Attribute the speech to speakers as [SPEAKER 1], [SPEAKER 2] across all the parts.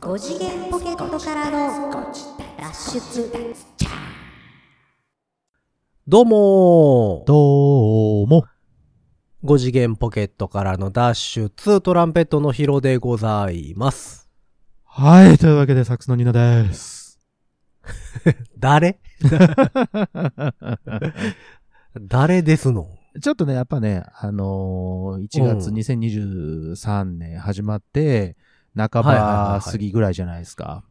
[SPEAKER 1] 5次元ポケットからの脱出
[SPEAKER 2] どうもー
[SPEAKER 3] どうも。
[SPEAKER 2] 5次元ポケットからのダッシュ2トランペットのヒロでございます。
[SPEAKER 3] はい、というわけで、サックスのニナです。
[SPEAKER 2] 誰誰ですの
[SPEAKER 3] ちょっとね、やっぱね、あのー1月
[SPEAKER 2] うん
[SPEAKER 3] 2023年始まって、半
[SPEAKER 2] はいはいはいは
[SPEAKER 3] ば
[SPEAKER 2] い
[SPEAKER 3] 過ぎぐらいじゃないですか。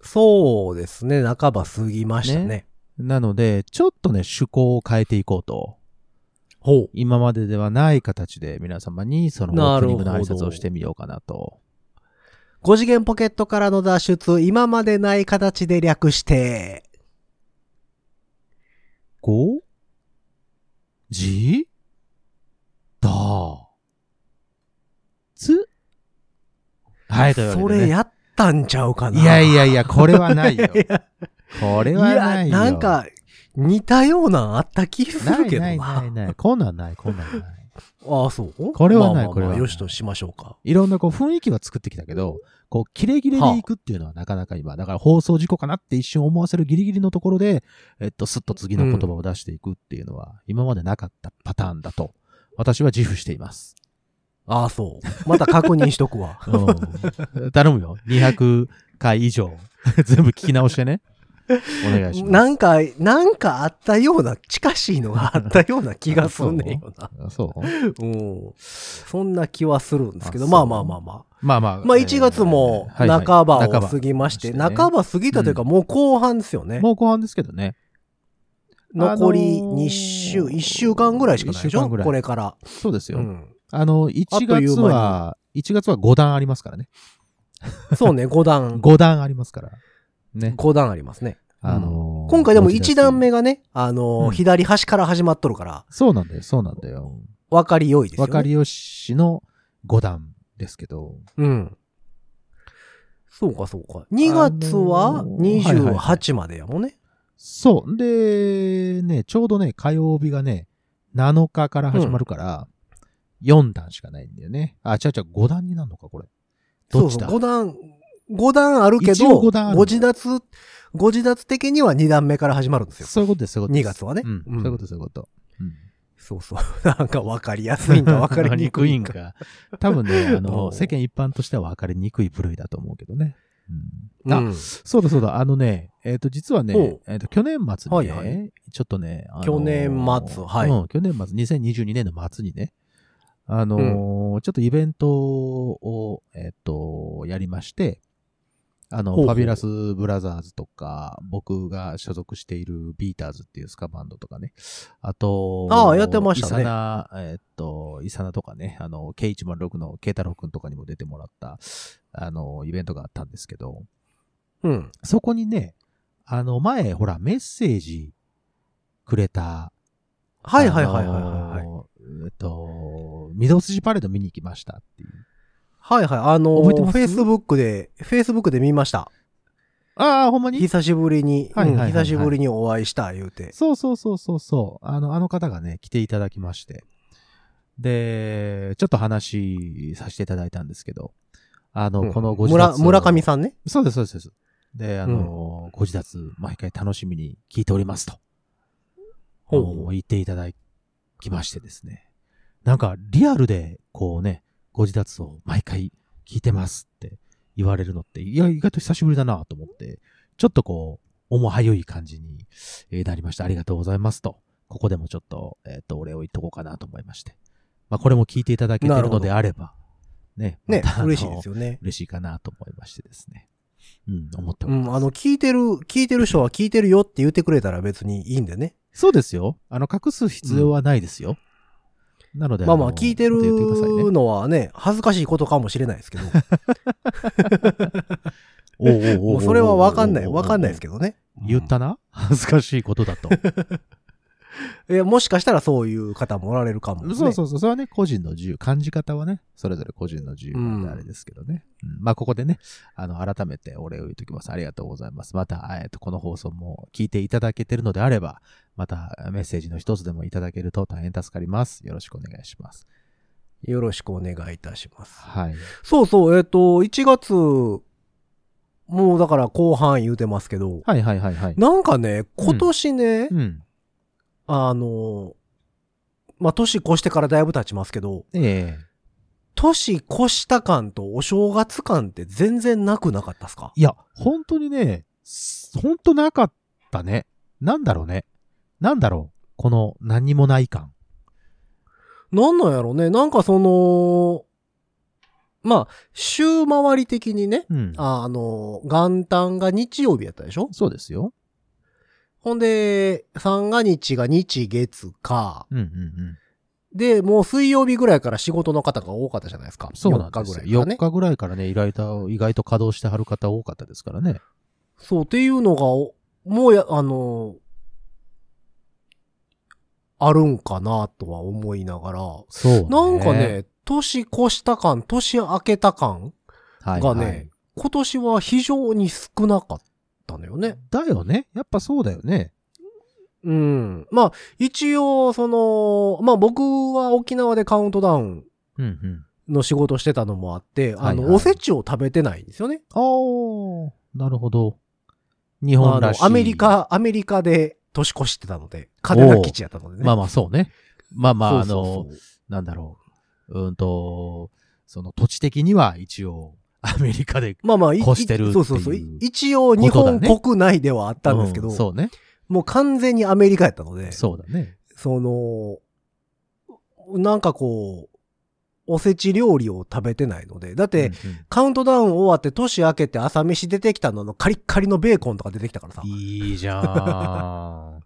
[SPEAKER 2] そうですね、半ば過ぎましたね。
[SPEAKER 3] ねなので、ちょっとね、趣向を変えていこうと。
[SPEAKER 2] ほう。
[SPEAKER 3] 今までではない形で皆様にそのオ
[SPEAKER 2] な
[SPEAKER 3] ープ
[SPEAKER 2] る
[SPEAKER 3] ニン
[SPEAKER 2] ほ
[SPEAKER 3] グ
[SPEAKER 2] ど
[SPEAKER 3] の挨拶をしてみようかなと。
[SPEAKER 2] 5次元ポケットからの脱出、今までない形で略して、
[SPEAKER 3] 5? じだつはい、というわけで、
[SPEAKER 2] そ
[SPEAKER 3] ね。
[SPEAKER 2] れやったんちゃうかない。
[SPEAKER 3] いやいやいや、これはないよ
[SPEAKER 2] いや
[SPEAKER 3] これ
[SPEAKER 2] い
[SPEAKER 3] はないよ。
[SPEAKER 2] や、なんか、似たようなんあった気す
[SPEAKER 3] ない、
[SPEAKER 2] るけどな。
[SPEAKER 3] ないないない。こんなんない、こんなんない。
[SPEAKER 2] ああ、そう
[SPEAKER 3] これは
[SPEAKER 2] まあまあ
[SPEAKER 3] ない
[SPEAKER 2] まあ
[SPEAKER 3] これはない
[SPEAKER 2] よしとしましょうか。
[SPEAKER 3] いろんなこう雰囲気は作ってきたけど、こう、キレキレでいくっていうのはなかなか今、だから放送事故かなって一瞬思わせるギリギリのところで、えっと、すっと次の言葉を出していくっていうのは、今までなかったパターンだと、私は自負しています。
[SPEAKER 2] ああ、そう。また確認しとくわ。
[SPEAKER 3] うん頼むよ。200回以上、 全部聞き 直してね。お願いします。
[SPEAKER 2] なんか、なんかあったような、近しいのがあったような気がすんねんよな。
[SPEAKER 3] あそ う
[SPEAKER 2] うん。そんな気はするんですけど、
[SPEAKER 3] あ
[SPEAKER 2] まあ
[SPEAKER 3] そう
[SPEAKER 2] まあまあま
[SPEAKER 3] まあまあ
[SPEAKER 2] あ。。まあ
[SPEAKER 3] えー
[SPEAKER 2] 1月も
[SPEAKER 3] はいはい
[SPEAKER 2] 半ばを
[SPEAKER 3] 半ば
[SPEAKER 2] 過ぎまして、
[SPEAKER 3] 半ば
[SPEAKER 2] 半ば過ぎたというかもう後半ですよね。
[SPEAKER 3] もう後半ですけどね。
[SPEAKER 2] 残り
[SPEAKER 3] あのー
[SPEAKER 2] 2週、1週間ぐらいしかないでし
[SPEAKER 3] 一週
[SPEAKER 2] ょ
[SPEAKER 3] 間ぐらい
[SPEAKER 2] これから。
[SPEAKER 3] そうですよ。
[SPEAKER 2] うん
[SPEAKER 3] あの、1
[SPEAKER 2] あっという
[SPEAKER 3] 月は、1月は5段ありますからね。
[SPEAKER 2] そうね、5段、
[SPEAKER 3] 5段ありますから。ね。
[SPEAKER 2] 5段ありますね。
[SPEAKER 3] あのー
[SPEAKER 2] 今回でも1段。
[SPEAKER 3] 持ち出し
[SPEAKER 2] 目がね、あの
[SPEAKER 3] う
[SPEAKER 2] ー、
[SPEAKER 3] ん
[SPEAKER 2] 左端から始まっとるから、
[SPEAKER 3] そうなんだよ、そうなんだよ。
[SPEAKER 2] 分かり良いですよ
[SPEAKER 3] わ
[SPEAKER 2] ね。
[SPEAKER 3] かりよしの5段ですけど。
[SPEAKER 2] うん。そうか、そうか。2月は
[SPEAKER 3] あのーはいはいはい
[SPEAKER 2] 28までやもんね。
[SPEAKER 3] そう。んで、ね、ちょうどね、火曜日がね、7日から始まるから、4段しかないんだよね。あ、違う違う、5段になるのか、これ。どっちだ
[SPEAKER 2] そうそう、5段、五段あるけ
[SPEAKER 3] 一
[SPEAKER 2] ど、
[SPEAKER 3] 応五段ある
[SPEAKER 2] ご自立、ご自立的には2段目から始まるんですよ。
[SPEAKER 3] そういうことです、そういうことです。
[SPEAKER 2] 2月はね
[SPEAKER 3] うん。
[SPEAKER 2] うん
[SPEAKER 3] そういうこと、そういうこと。うん
[SPEAKER 2] そうそう。 なんか分かりやすいん か分かりにくいんか。
[SPEAKER 3] か。多分ね、あ
[SPEAKER 2] うん
[SPEAKER 3] の、世間一般としては分かりにくい部類だと思うけどね。うん
[SPEAKER 2] う
[SPEAKER 3] あ、
[SPEAKER 2] ん、
[SPEAKER 3] そうだそうだ、あのね、えっ、と、実はね
[SPEAKER 2] おう、
[SPEAKER 3] えっ、と、去年末にね、
[SPEAKER 2] はいは
[SPEAKER 3] ちょっとね、あのー
[SPEAKER 2] 去年末はい
[SPEAKER 3] うん、去年末、2022年の末にね、あのーちょっとイベントを、えっ、と、やりまして、あの、
[SPEAKER 2] ほうほう
[SPEAKER 3] ファビュラスブラザーズとか、僕が所属しているビーターズっていうスカバンドとかね、あと、
[SPEAKER 2] ああやってましたね
[SPEAKER 3] イサナ、えっと、イサナとかね、あの、K106 の慶太郎くんとかにも出てもらった、あの、イベントがあったんですけど、
[SPEAKER 2] うん。
[SPEAKER 3] そこにね、あの、前、ほら、メッセージくれた、
[SPEAKER 2] はいはいはいはいはい
[SPEAKER 3] あ
[SPEAKER 2] はい。
[SPEAKER 3] のえっと、御堂筋パレード見に行きましたっていう。
[SPEAKER 2] はいはい。あの
[SPEAKER 3] 覚えて
[SPEAKER 2] ー、
[SPEAKER 3] ます
[SPEAKER 2] Facebook で、Facebook で見ました。
[SPEAKER 3] ああ、ほんまに
[SPEAKER 2] 久しぶりに、
[SPEAKER 3] はいはいはいはい
[SPEAKER 2] うん久しぶりにお会いした、言うて。
[SPEAKER 3] そうそうそうそうそう。あの、あの方がね、来ていただきまして。で、ちょっと話させていただいたんですけど、あの、
[SPEAKER 2] うん
[SPEAKER 3] このご自
[SPEAKER 2] 村、
[SPEAKER 3] 立を
[SPEAKER 2] 村上さんね。
[SPEAKER 3] そうです、そうですそうです。で、あの、ご自立、毎回楽しみに聞いておりますと、
[SPEAKER 2] ほう
[SPEAKER 3] あの言っていただきましてですね。なんか、リアルで、こうね、ご自立を毎回聞いてますって言われるのって、いや、意外と久しぶりだなと思って、ちょっとこう、重はゆい感じにえーなりました。ありがとうございますと、ここでもちょっと、えっ、と、お礼を言っとこうかなと思いまして。まあ、これも聞いていただけて
[SPEAKER 2] な
[SPEAKER 3] る
[SPEAKER 2] るほど
[SPEAKER 3] のであれば、ね、
[SPEAKER 2] ね
[SPEAKER 3] またあ、の
[SPEAKER 2] 嬉しいですよね。
[SPEAKER 3] 嬉しいかなと思いましてですね。うん、思ってお
[SPEAKER 2] う
[SPEAKER 3] ります。
[SPEAKER 2] ん、あの、聞いてる、聞いてる人は聞いてるよって言ってくれたら別にいいんでね。
[SPEAKER 3] そうですよ。あの、隠す必要はないですよ。なので、
[SPEAKER 2] まあまあ、
[SPEAKER 3] の
[SPEAKER 2] 聞いてる
[SPEAKER 3] 言ってくださいね。
[SPEAKER 2] のはね、恥ずかしいことかもしれないですけど、
[SPEAKER 3] おうおうおうおう
[SPEAKER 2] もうそれはわかんない、わかんないです
[SPEAKER 3] け
[SPEAKER 2] けどね。
[SPEAKER 3] ど。言ったな恥ずかしいこと だと。
[SPEAKER 2] え、もしかしたらそういう方もおられるかも、ね。。
[SPEAKER 3] そうそううそう。それはね、個人の自由。感じ方はね、それぞれ個人の自由なんであれですけどね。うんまあ、ここでね、あの、改めてお礼を言っときます。ありがとうございます。また、えっと、この放送も聞いていただけてるのであれば、また、メッセージの一つでもいただけると大変助かります。よろしくお願いします。
[SPEAKER 2] よろしくお願いいたします。
[SPEAKER 3] はい。
[SPEAKER 2] そうそう、えっ、と、1月もうだから後半言うてますけど、
[SPEAKER 3] はいはいはいはい。
[SPEAKER 2] なんかね、今年ね、
[SPEAKER 3] うん。
[SPEAKER 2] あの、まあ、年越してからだいぶ経ちますけど、
[SPEAKER 3] ええ
[SPEAKER 2] 年越した感とお正月感って全然なくなかったっすか
[SPEAKER 3] いや、本当にね、す本当なかったね。なんだろうね。なんだろう。この何にもない感。
[SPEAKER 2] なんなんやろねなんかその、まあ、週回り的にね、
[SPEAKER 3] うん。
[SPEAKER 2] あの、元旦が日曜日やったでしょ
[SPEAKER 3] そうですよ。
[SPEAKER 2] ほんで、三が日が日月か。
[SPEAKER 3] うんうんうん。
[SPEAKER 2] で、もう水曜日ぐらいから仕事の方が多かったじゃないですか。
[SPEAKER 3] そうなんで
[SPEAKER 2] 4日ぐ
[SPEAKER 3] す
[SPEAKER 2] らいか
[SPEAKER 3] よ。
[SPEAKER 2] ら
[SPEAKER 3] 4
[SPEAKER 2] ね。
[SPEAKER 3] 日ぐらいからね、意外と、意外と稼働してはる方多かったですからね。
[SPEAKER 2] そう、っていうのが、おもうや、あの、あるんかなとは思いながら。
[SPEAKER 3] そう、
[SPEAKER 2] なんかね、年越した感、年明けた感
[SPEAKER 3] はいは
[SPEAKER 2] が
[SPEAKER 3] い、
[SPEAKER 2] ね、今年は非常に少なかったのよね。
[SPEAKER 3] だよね。やっぱそうだよね。
[SPEAKER 2] うん。まあ、一応、その、まあ僕は沖縄でカウントダウン
[SPEAKER 3] うんうん。
[SPEAKER 2] の仕事してたのもあって、あの、
[SPEAKER 3] はいはい
[SPEAKER 2] おせちを食べてないんですよね。
[SPEAKER 3] あー、なるほど。日
[SPEAKER 2] あ
[SPEAKER 3] 本
[SPEAKER 2] の
[SPEAKER 3] らしい。
[SPEAKER 2] アメリ。カ、アメリカで年越してたので、カデナ基地やったのでね。
[SPEAKER 3] まあまあそうね。まあまあ、あの、
[SPEAKER 2] そうそうそう
[SPEAKER 3] なんだろう。うーんと、その土地的には一応、 アメリカで。
[SPEAKER 2] まあまあ、い
[SPEAKER 3] 越してるっていう
[SPEAKER 2] そうそうそう。い一応日
[SPEAKER 3] ことだ
[SPEAKER 2] 本
[SPEAKER 3] ね
[SPEAKER 2] 国内ではあったんですけど、
[SPEAKER 3] うそうね。
[SPEAKER 2] もう完全にアメリカやったので、
[SPEAKER 3] そうだね。
[SPEAKER 2] その、なんかこう、おせち料理を食べてないので、だって、
[SPEAKER 3] うんうん
[SPEAKER 2] カウントダウン終わって年明けて朝飯出てきたののカリッカリのベーコンとか出てきたからさ、い
[SPEAKER 3] いいじゃん。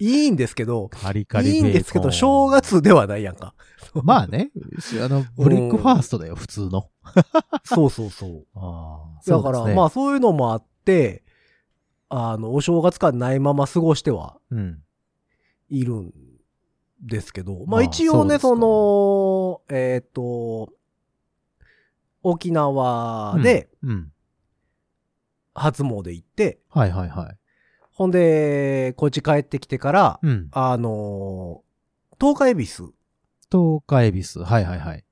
[SPEAKER 2] いんですけど、
[SPEAKER 3] カリ カリ
[SPEAKER 2] いいんですけ
[SPEAKER 3] ベ
[SPEAKER 2] ど、
[SPEAKER 3] ーコン
[SPEAKER 2] 正月ではないやんか。
[SPEAKER 3] まあね、あの、ブレックファーストだよ、普通の。
[SPEAKER 2] そうそう そう。
[SPEAKER 3] あー
[SPEAKER 2] だから、まあ、そういうのもあって、あの、お正月感ないまま過ごしては
[SPEAKER 3] そうですねうん。
[SPEAKER 2] いるんですけど、
[SPEAKER 3] ま
[SPEAKER 2] ま
[SPEAKER 3] あ
[SPEAKER 2] あ一応ね、そ
[SPEAKER 3] そ
[SPEAKER 2] うの、えっ、と、沖縄で
[SPEAKER 3] うん。
[SPEAKER 2] 初詣行って、
[SPEAKER 3] はいはいはい。
[SPEAKER 2] ほんで、こっち帰ってきてから、
[SPEAKER 3] うん。
[SPEAKER 2] あのー東海恵比寿。
[SPEAKER 3] 東海恵比寿。はいはいはい。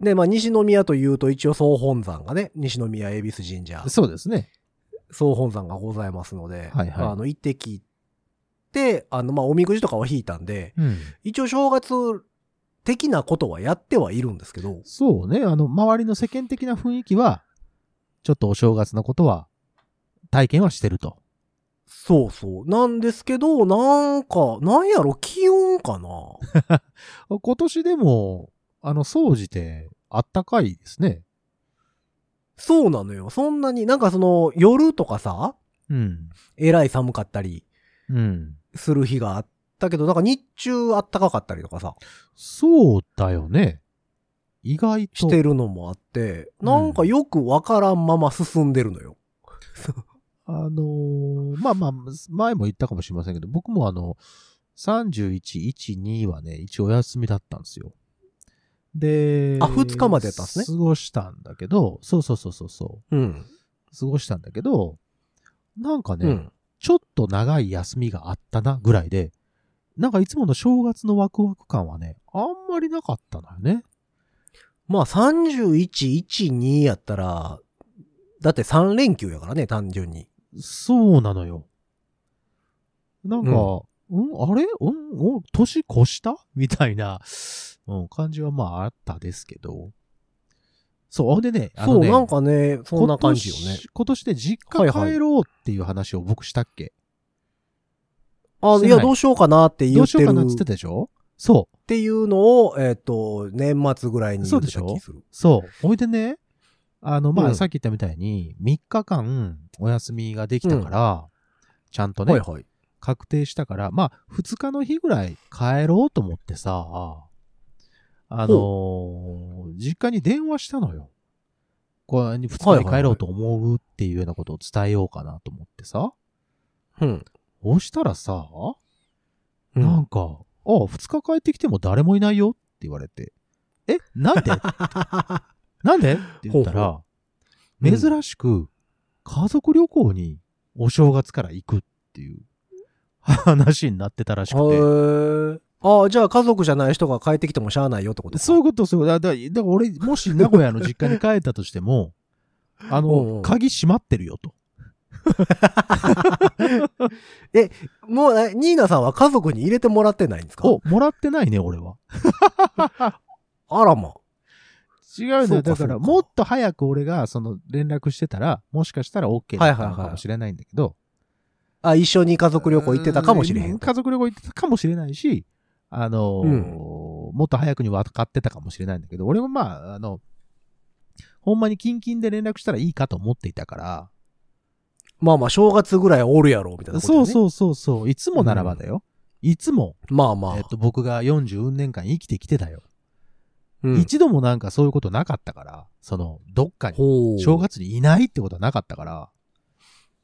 [SPEAKER 2] で、まあ、西宮というと一応総本山がね、西宮恵比寿神社、
[SPEAKER 3] そうですね。
[SPEAKER 2] 総本山がございますので、
[SPEAKER 3] はいはい
[SPEAKER 2] あの、行ってきて、あの、まあ、おみくじとかは引いたんで、
[SPEAKER 3] うん。
[SPEAKER 2] 一応正月的なことはやってはいるんですけど、
[SPEAKER 3] そうね。あの、周りの世間的な雰囲気は、ちょっとお正月のことは、体験はしてると。
[SPEAKER 2] そうそう。なんですけど、なんか、なんやろ、気温かな
[SPEAKER 3] 今年でも、あの、総じて、あったかいですね。
[SPEAKER 2] そうなのよ。そんなに、なんかその、夜とかさ、
[SPEAKER 3] うん。
[SPEAKER 2] えらい寒かったり
[SPEAKER 3] うん。
[SPEAKER 2] する日があったけど、なんか日中あったかかったりとかさ、
[SPEAKER 3] そうだよね。意外と。
[SPEAKER 2] してるのもあって、なんかよくわからんまま進んでるのよ。
[SPEAKER 3] あのーまあまあ、前も言ったかもしれませんけど、僕もあの、31、12はね、一応お休みだったんですよ。で、
[SPEAKER 2] あ二日までやったんですね
[SPEAKER 3] 過ごしたんだけど、そうそうそうそうそ
[SPEAKER 2] うん。
[SPEAKER 3] う、過ごしたんだけど、なんかね、
[SPEAKER 2] うん。
[SPEAKER 3] ちょっと長い休みがあったな、ぐらいで、なんかいつもの正月のワクワク感はね、あんまりなかったのよね。
[SPEAKER 2] まあ、31、12やったら、だって3連休やからね、単純に。
[SPEAKER 3] そうなのよ。なんか、うん、あれうん、お、年越したみたいな、うん、感じはまああったですけど。そう、ほんでね、あ
[SPEAKER 2] そ
[SPEAKER 3] の
[SPEAKER 2] う、
[SPEAKER 3] ね、
[SPEAKER 2] なんかね、そんな感じよ
[SPEAKER 3] 今
[SPEAKER 2] ね。
[SPEAKER 3] 年。今年で実
[SPEAKER 2] はい
[SPEAKER 3] 家
[SPEAKER 2] はい
[SPEAKER 3] 帰ろうっていう話を僕したっけ、
[SPEAKER 2] あ、
[SPEAKER 3] して
[SPEAKER 2] い
[SPEAKER 3] ない
[SPEAKER 2] や、どうしようかなって
[SPEAKER 3] ど
[SPEAKER 2] 言
[SPEAKER 3] う
[SPEAKER 2] っ
[SPEAKER 3] しよ
[SPEAKER 2] て
[SPEAKER 3] う
[SPEAKER 2] る
[SPEAKER 3] かなって言ってたでしょそう、
[SPEAKER 2] っていうのを、えっ、と、年末ぐらいに言ってた気する。
[SPEAKER 3] そう。ほいでね、あの、まあ、
[SPEAKER 2] うん
[SPEAKER 3] さっき言ったみたいに、3日間お休みができたから、ちゃんとね、
[SPEAKER 2] はいはい。
[SPEAKER 3] 確定したから、まあ、2日の日ぐらい帰ろうと思ってさ、あのー実家に電話したのよ。これ、2日に帰ろうと思うっていうようなことを伝えようかなと思ってさ。
[SPEAKER 2] うん。
[SPEAKER 3] そしたらさ、
[SPEAKER 2] うん
[SPEAKER 3] なんか、ああ、2日帰ってきても誰もいないよって言われて、え、なん でなんでって言ったら、
[SPEAKER 2] ほううん
[SPEAKER 3] 珍しく家族旅行にお正月から行くっていう話になってたらしく
[SPEAKER 2] へえ。
[SPEAKER 3] て。
[SPEAKER 2] あじゃあ家族じゃない人が帰ってきてもしゃあないよってことか
[SPEAKER 3] そういうこと、そういうことだだだから俺、もし名古屋の実家に帰ったとしても、あの、
[SPEAKER 2] うんうん
[SPEAKER 3] 鍵閉まってるよと。
[SPEAKER 2] もう、えニーナさんは家族に入れてもらってないんですか
[SPEAKER 3] お、もらってないね、俺は。
[SPEAKER 2] あらま。
[SPEAKER 3] 違うんだ
[SPEAKER 2] そ
[SPEAKER 3] よ。
[SPEAKER 2] うか
[SPEAKER 3] だから、
[SPEAKER 2] そうか
[SPEAKER 3] もっと早く俺が、その、連絡してたら、もしかしたら OK だったのかもしれないんだけど。
[SPEAKER 2] あ、一緒に家族旅行行ってたかもしれへ。
[SPEAKER 3] うん家族旅行行ってたかもしれないし、あのー
[SPEAKER 2] うん
[SPEAKER 3] もっと早くに分かってたかもしれないんだけど、俺もまあ、あの、ほんまにキンキンで連絡したらいいかと思っていたから、
[SPEAKER 2] まあまあ、正月ぐらいおるやろ、みたいなこと、ね。
[SPEAKER 3] そう
[SPEAKER 2] う。
[SPEAKER 3] そうそうそう、いつもならばだよ。いつも、
[SPEAKER 2] まあまあ。
[SPEAKER 3] えっと、僕が40年間生きてきてたよ。
[SPEAKER 2] うん、
[SPEAKER 3] 一度もなんかそういうことなかったから、その、どっかに、
[SPEAKER 2] ほう。
[SPEAKER 3] 正。月にいないってことはなかったから、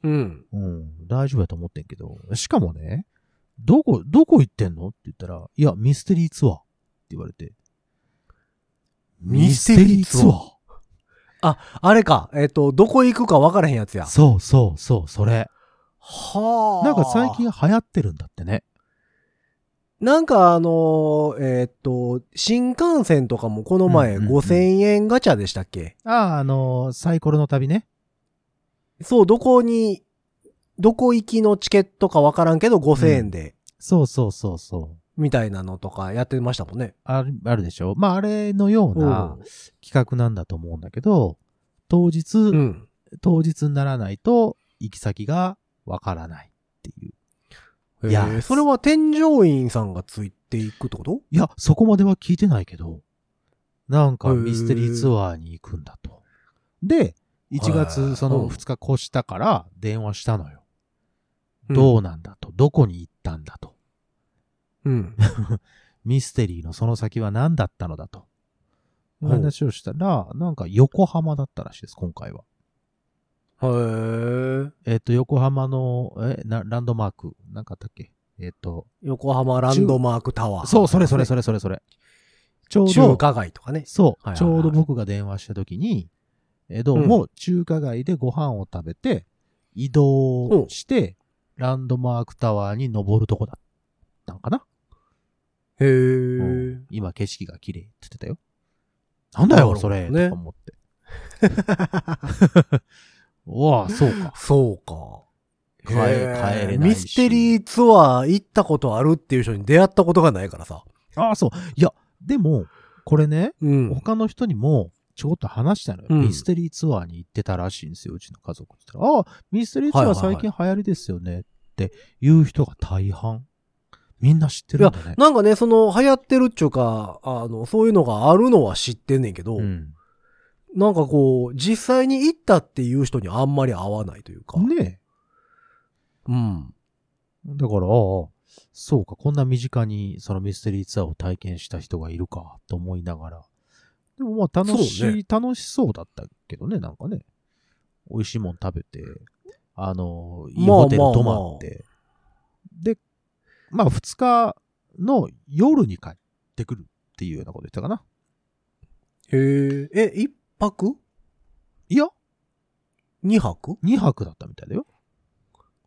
[SPEAKER 2] うん。
[SPEAKER 3] うん、大丈夫やと思ってんけど、しかもね、どこ、どこ行ってんのって言ったら、いや、ミステリーツアーって言われて。
[SPEAKER 2] ミステリーツアー
[SPEAKER 3] ミステ
[SPEAKER 2] あれか、えっ、と、どこ行くか分からへんやつや。
[SPEAKER 3] そうそうそう、それ。
[SPEAKER 2] はあ。
[SPEAKER 3] なんか最近流行ってるんだってね。
[SPEAKER 2] なんかあのーえーっと、新幹線とかもこの前
[SPEAKER 3] うんうんうん
[SPEAKER 2] 5000円ガチャでしたっけ
[SPEAKER 3] ああ、あのーサイコロの旅ね。
[SPEAKER 2] そう、どこに、どこ行きのチケットかわからんけど5000円で、
[SPEAKER 3] そうそうそうそう。
[SPEAKER 2] みたいなのとかやってましたもんね。
[SPEAKER 3] ある、あるでしょまあ、あれのような
[SPEAKER 2] うん
[SPEAKER 3] 企画なんだと思うんだけど、当日、
[SPEAKER 2] うん。
[SPEAKER 3] 当日にならないと、行き先がわからないっていう。
[SPEAKER 2] い
[SPEAKER 3] いや
[SPEAKER 2] や、それは添乗員さんがついていくってこと
[SPEAKER 3] いや、そこまでは聞いてないけど、なんか
[SPEAKER 2] へー
[SPEAKER 3] ミステリーツアーに行くんだと。で、1
[SPEAKER 2] は
[SPEAKER 3] 月
[SPEAKER 2] い
[SPEAKER 3] そ
[SPEAKER 2] うん
[SPEAKER 3] の2日越したから電話したのよ。どうなんだと。どこに行ったんだと。
[SPEAKER 2] うん。
[SPEAKER 3] ミステリーのその先は何だったのだと。
[SPEAKER 2] うん
[SPEAKER 3] 話をしたら、なんか横浜だったらしいです、今回は。
[SPEAKER 2] へー
[SPEAKER 3] えっ、と、横浜の、え、なランドマーク、なんかあったっけえっ、と、
[SPEAKER 2] 横浜ランドマークタワー。
[SPEAKER 3] そう、それそれそれそれそれ。ちょう
[SPEAKER 2] 中
[SPEAKER 3] ど、
[SPEAKER 2] 華街とかね。
[SPEAKER 3] そう、
[SPEAKER 2] はいはいはい
[SPEAKER 3] ちょうど僕が電話した時に、えーどうも中華街でご飯を食べて、移動して、ランドマークタワーに登るとこだったんかな、
[SPEAKER 2] へ
[SPEAKER 3] う
[SPEAKER 2] ー
[SPEAKER 3] ん今景色が綺麗って言ってたよ。なんだよ、
[SPEAKER 2] なるほ
[SPEAKER 3] そ
[SPEAKER 2] ど
[SPEAKER 3] れ、
[SPEAKER 2] ね
[SPEAKER 3] とか思って。 うわあ、そうか。
[SPEAKER 2] そうか。
[SPEAKER 3] 帰帰
[SPEAKER 2] へー
[SPEAKER 3] れな
[SPEAKER 2] ミ
[SPEAKER 3] いし。
[SPEAKER 2] ステリーツアー行ったことあるっていう人に出会ったことがないからさ。
[SPEAKER 3] ああ、そう。いや、でも、これね、
[SPEAKER 2] うん。
[SPEAKER 3] 他の人にも、ちょこっと話したのよ、
[SPEAKER 2] うん
[SPEAKER 3] ミステリーツアーに行ってたらしいんですよ、うちの家族って言ったら。ああ、ミステリーツアー最近流行りですよねって言う人が大半。みんな知ってるんだね。
[SPEAKER 2] なんかね、その流行ってるっちゅうか、あの、そういうのがあるのは知ってんねんけど、
[SPEAKER 3] うん、
[SPEAKER 2] なんかこう、実際に行ったっていう人にあんまり合わないというか。
[SPEAKER 3] ねえ。
[SPEAKER 2] うん。
[SPEAKER 3] だから、ああ、そうか、こんな身近にそのミステリーツアーを体験した人がいるかと思いながら。でもまあ楽しい、
[SPEAKER 2] そうね
[SPEAKER 3] 楽しそうだったけどね、なんかね。美味しいもん食べて、あの、いい
[SPEAKER 2] まあ
[SPEAKER 3] ホテル泊まって。で、まあ2日の夜に帰ってくるっていうようなこと言ってたかな。
[SPEAKER 2] へーえ、一泊
[SPEAKER 3] いや、
[SPEAKER 2] 二泊
[SPEAKER 3] 2泊だったみたいだよ。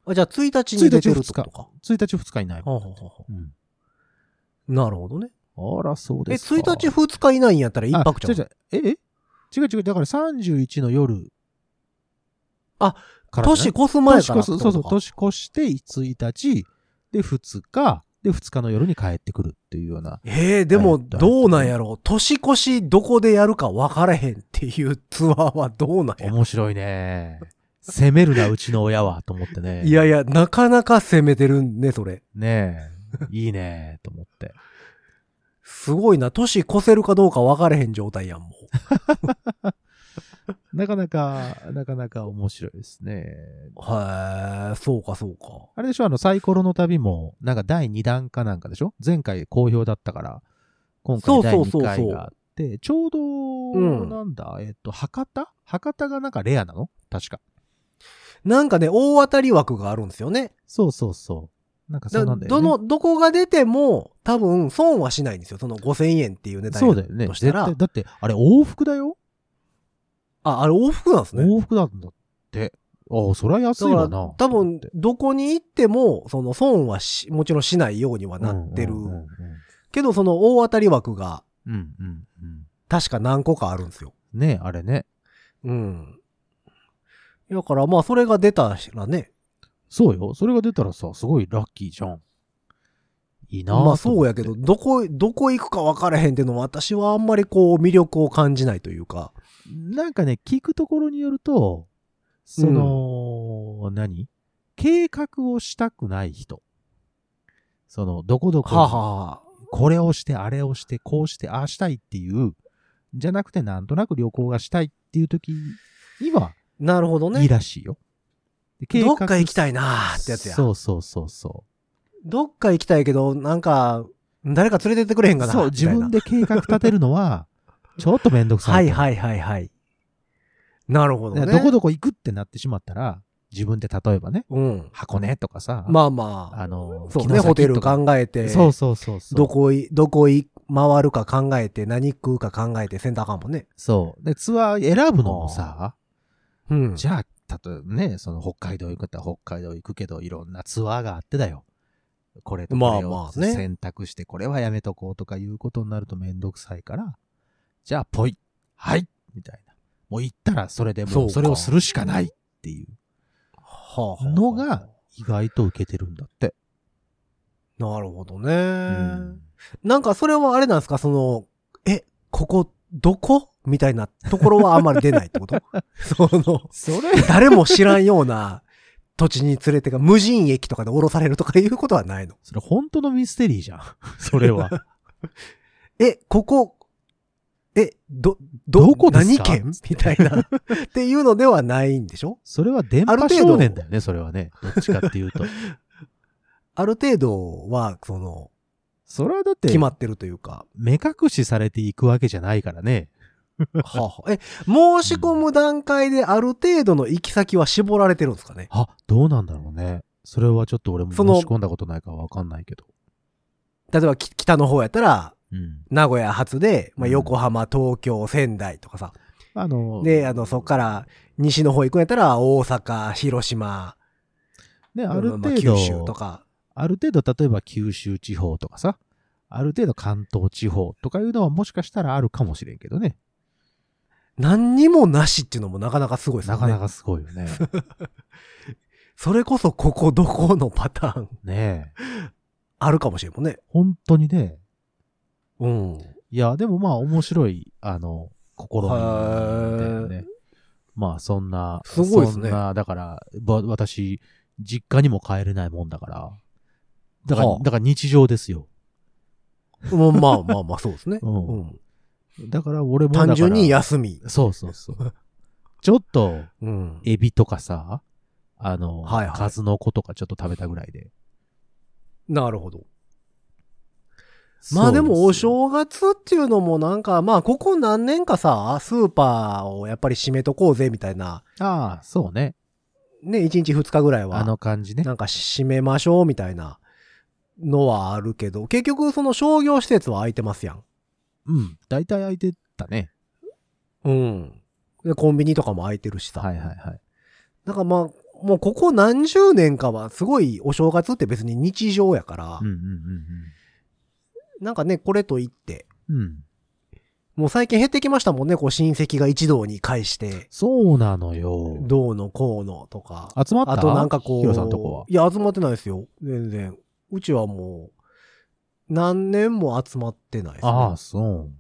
[SPEAKER 2] あ、じゃあ1日に出てるってことか。
[SPEAKER 3] 1日2日いない。
[SPEAKER 2] はあはあはあ
[SPEAKER 3] うん
[SPEAKER 2] なるほどね。
[SPEAKER 3] あら、そう
[SPEAKER 2] え、
[SPEAKER 3] ですか。
[SPEAKER 2] 1日2日いないんやったら一泊じゃん。
[SPEAKER 3] あ違う違うええ違う違う。だから31の夜。
[SPEAKER 2] あ
[SPEAKER 3] から
[SPEAKER 2] 年
[SPEAKER 3] じゃない、
[SPEAKER 2] 越す前
[SPEAKER 3] 年
[SPEAKER 2] か
[SPEAKER 3] 越
[SPEAKER 2] ら。
[SPEAKER 3] す。そうそう。。年越して1日、で2日、で2日の夜に帰ってくるっていうような。
[SPEAKER 2] ええでも、どうなんやろう年越しどこでやるか分からへんっていうツアーはどうなんや
[SPEAKER 3] 面白いね。攻めるな、うちの親は、と思ってね。
[SPEAKER 2] いやいや、なかなか攻めてるね、それ。
[SPEAKER 3] ねえ。いいね、と思って。
[SPEAKER 2] すごいな。年越せるかどうか分からへん状態やん、も
[SPEAKER 3] なかなか、なかなか面白いですね。
[SPEAKER 2] う。へえ、そうか、そうか。
[SPEAKER 3] あれでしょあの、サイコロの旅も、なんか第2弾かなんかでしょ前回好評だったから、今
[SPEAKER 2] そ
[SPEAKER 3] 回
[SPEAKER 2] う
[SPEAKER 3] 第
[SPEAKER 2] そうそうそう
[SPEAKER 3] 2回があって、ちょうど、
[SPEAKER 2] うん
[SPEAKER 3] なんだ、えっと、博多博多がなんかレアなの確か。
[SPEAKER 2] なんかね、大当たり枠があるんですよね。
[SPEAKER 3] そうそうそう。なんかそ
[SPEAKER 2] だ
[SPEAKER 3] うなんだよ
[SPEAKER 2] ど
[SPEAKER 3] ね。
[SPEAKER 2] の、どこが出ても、多分、損はしないんですよ。その5000円っていう値段
[SPEAKER 3] そうだよね。
[SPEAKER 2] とし
[SPEAKER 3] 絶
[SPEAKER 2] たら
[SPEAKER 3] 対。。だって、あれ往復だよ
[SPEAKER 2] あ、あれ往復なんですね。
[SPEAKER 3] 往復なんだって。ああ、そりゃ安い
[SPEAKER 2] だ
[SPEAKER 3] わ
[SPEAKER 2] から
[SPEAKER 3] な。
[SPEAKER 2] 多
[SPEAKER 3] と思
[SPEAKER 2] 分
[SPEAKER 3] って、
[SPEAKER 2] どこに行っても、その損はし、もちろんしないようにはなってる
[SPEAKER 3] うんうんうん
[SPEAKER 2] けど、その大当たり枠が
[SPEAKER 3] うん。うんうんうん
[SPEAKER 2] 確か何個かあるんですよ。
[SPEAKER 3] ねえあれね。
[SPEAKER 2] うん。やからまあそれが出たらね。
[SPEAKER 3] そうよ。それが出たらさ、すごいラッキーじゃん。いいな
[SPEAKER 2] まあ
[SPEAKER 3] と思
[SPEAKER 2] そ
[SPEAKER 3] っ
[SPEAKER 2] う
[SPEAKER 3] て
[SPEAKER 2] やけど、。どこ、どこ行くか分からへんっていうのは私はあんまりこう魅力を感じないというか。
[SPEAKER 3] なんかね、聞くところによると、その、何計画をしたくない人。その、どこどこ、
[SPEAKER 2] はあ、は
[SPEAKER 3] これをして、あれをして、こうして、ああしたいっていう、じゃなくて、なんとなく旅行がしたいっていう時には、
[SPEAKER 2] あ、なるほどね。
[SPEAKER 3] いいらしいよ。で計
[SPEAKER 2] どっ
[SPEAKER 3] 画
[SPEAKER 2] か行きたいなーってやつや。
[SPEAKER 3] そうそうそうそう。
[SPEAKER 2] どっか行きたいけど、なんか、誰か連れてってくれへんかな。
[SPEAKER 3] そう、自分で計画立てる のは、ちょっとめんどく
[SPEAKER 2] みたいな。
[SPEAKER 3] さ。
[SPEAKER 2] はいいはいはいはい。なるほど
[SPEAKER 3] だ
[SPEAKER 2] ね。
[SPEAKER 3] からどこどこ行くってなってしまったら、自分で例えばね、
[SPEAKER 2] うん。
[SPEAKER 3] 箱根とかさ、
[SPEAKER 2] まあまあ、
[SPEAKER 3] あの、
[SPEAKER 2] そう
[SPEAKER 3] 城
[SPEAKER 2] ね、
[SPEAKER 3] 崎
[SPEAKER 2] ホテル
[SPEAKER 3] とか
[SPEAKER 2] 考えて、
[SPEAKER 3] そうそうそうそう。
[SPEAKER 2] どこい、どこい回るか考えて、何食うか考えて、センターかもね。
[SPEAKER 3] そう。で、ツアー選ぶのもさ、
[SPEAKER 2] うん。
[SPEAKER 3] じゃあ、例えばね、その北海道行くったら北海道行くけど、いろんなツアーがあってだよ。これとこれ
[SPEAKER 2] まあま
[SPEAKER 3] を
[SPEAKER 2] あね
[SPEAKER 3] 選択して、これはやめとこうとかいうことになるとめんどくさいから、じゃあ、ぽい。はい。みたいな。もう行ったらそれで
[SPEAKER 2] そ
[SPEAKER 3] も
[SPEAKER 2] う
[SPEAKER 3] う
[SPEAKER 2] か
[SPEAKER 3] それをするしかないっていう
[SPEAKER 2] はあ
[SPEAKER 3] のが、意外と受けてるんだって。
[SPEAKER 2] なるほどね、
[SPEAKER 3] うん
[SPEAKER 2] なんかそれはあれなんですか、その、え、ここ、どこみたいなところはあんまり出ないってこと その、
[SPEAKER 3] それ
[SPEAKER 2] 誰も知らんような土地に連れてか、無人駅とかで降ろされるとかいうことはないの。
[SPEAKER 3] それ本当のミステリーじゃん。 それは。
[SPEAKER 2] え、ここ、え、ど、ど、
[SPEAKER 3] どこですか
[SPEAKER 2] 何県 みたいな。っていうのではないんでしょ
[SPEAKER 3] それは電波少年だよね、それはね。どっちかっていうと。
[SPEAKER 2] ある程度は、その、
[SPEAKER 3] それはだって
[SPEAKER 2] 決、まってるというか。
[SPEAKER 3] 目隠しされていくわけじゃないからね。
[SPEAKER 2] はあはあえ、申し込む段階である程度の行き先は絞られてるんですかね
[SPEAKER 3] あ、どうなんだろうね。それはちょっと俺も
[SPEAKER 2] その
[SPEAKER 3] 申し込んだことないからわかんないけど。
[SPEAKER 2] 例えばき北の方やったら、
[SPEAKER 3] うん。
[SPEAKER 2] 名古屋発で、まあ、
[SPEAKER 3] うん
[SPEAKER 2] 横浜、東京、仙台とかさ。
[SPEAKER 3] あの、
[SPEAKER 2] で、あの、そっから西の方行くんやったら、大阪、広島、
[SPEAKER 3] ね、あ
[SPEAKER 2] あ
[SPEAKER 3] る程度、
[SPEAKER 2] 九州とか。
[SPEAKER 3] ある程度、例えば九州地方とかさ、ある程度関東地方とかいうのはもしかしたらあるかもしれんけどね。
[SPEAKER 2] 何にもなしっていうのもなかなかすごいですよ
[SPEAKER 3] な
[SPEAKER 2] ね。
[SPEAKER 3] かなかすごいよね。
[SPEAKER 2] それこそここどこのパターン
[SPEAKER 3] ねえ。
[SPEAKER 2] あるかもしれんもんね。
[SPEAKER 3] 本当にね。
[SPEAKER 2] うん。
[SPEAKER 3] いや、でもまあ面白い、あの、試みだよ
[SPEAKER 2] へ
[SPEAKER 3] ね。まあそんな、
[SPEAKER 2] すごいですね
[SPEAKER 3] そんな、だから、ば私、実家にも帰れないもんだから、だから、
[SPEAKER 2] はあ
[SPEAKER 3] だから日常ですよ。
[SPEAKER 2] もうまあまあまあそうですね。
[SPEAKER 3] うん
[SPEAKER 2] うん
[SPEAKER 3] だから俺もだから
[SPEAKER 2] 単純に休み。
[SPEAKER 3] そうそう そう。ちょっと、
[SPEAKER 2] うん。
[SPEAKER 3] エビとかさ、あの、
[SPEAKER 2] はいはい
[SPEAKER 3] 数の子とかちょっと食べたぐらいで。
[SPEAKER 2] なるほど。まあでもお
[SPEAKER 3] そ
[SPEAKER 2] 正
[SPEAKER 3] う
[SPEAKER 2] 月っていうのもなんか、まあここ何年かさ、スーパーをやっぱり閉めとこうぜみたいな、
[SPEAKER 3] ですよああ、そうね。
[SPEAKER 2] ね、1日2日ぐらい
[SPEAKER 3] あ
[SPEAKER 2] は、
[SPEAKER 3] の感じね。
[SPEAKER 2] なんか閉めましょうみたいなのはあるけど、結局その商業施設は空いてますやん。
[SPEAKER 3] うん。大体空いてたね。
[SPEAKER 2] うん。で、コンビニとかも空いてるしさ。
[SPEAKER 3] はいはいはい。
[SPEAKER 2] だからまあ、もうここ何十年かはすごいお正月って別に日常やから、
[SPEAKER 3] うんうん
[SPEAKER 2] なんかね、これといって、
[SPEAKER 3] うんうん。うん。
[SPEAKER 2] もう最近減ってきましたもんね、こう親戚が一堂に会して、
[SPEAKER 3] そうなのよ。
[SPEAKER 2] どうのこうのとか。
[SPEAKER 3] 集まった
[SPEAKER 2] あとなんかこう、
[SPEAKER 3] ヒロさんとこ
[SPEAKER 2] いや、集まってないですよ。全然。うちはもう、何年も集まってないです、
[SPEAKER 3] は。あ
[SPEAKER 2] ね
[SPEAKER 3] あ、。そ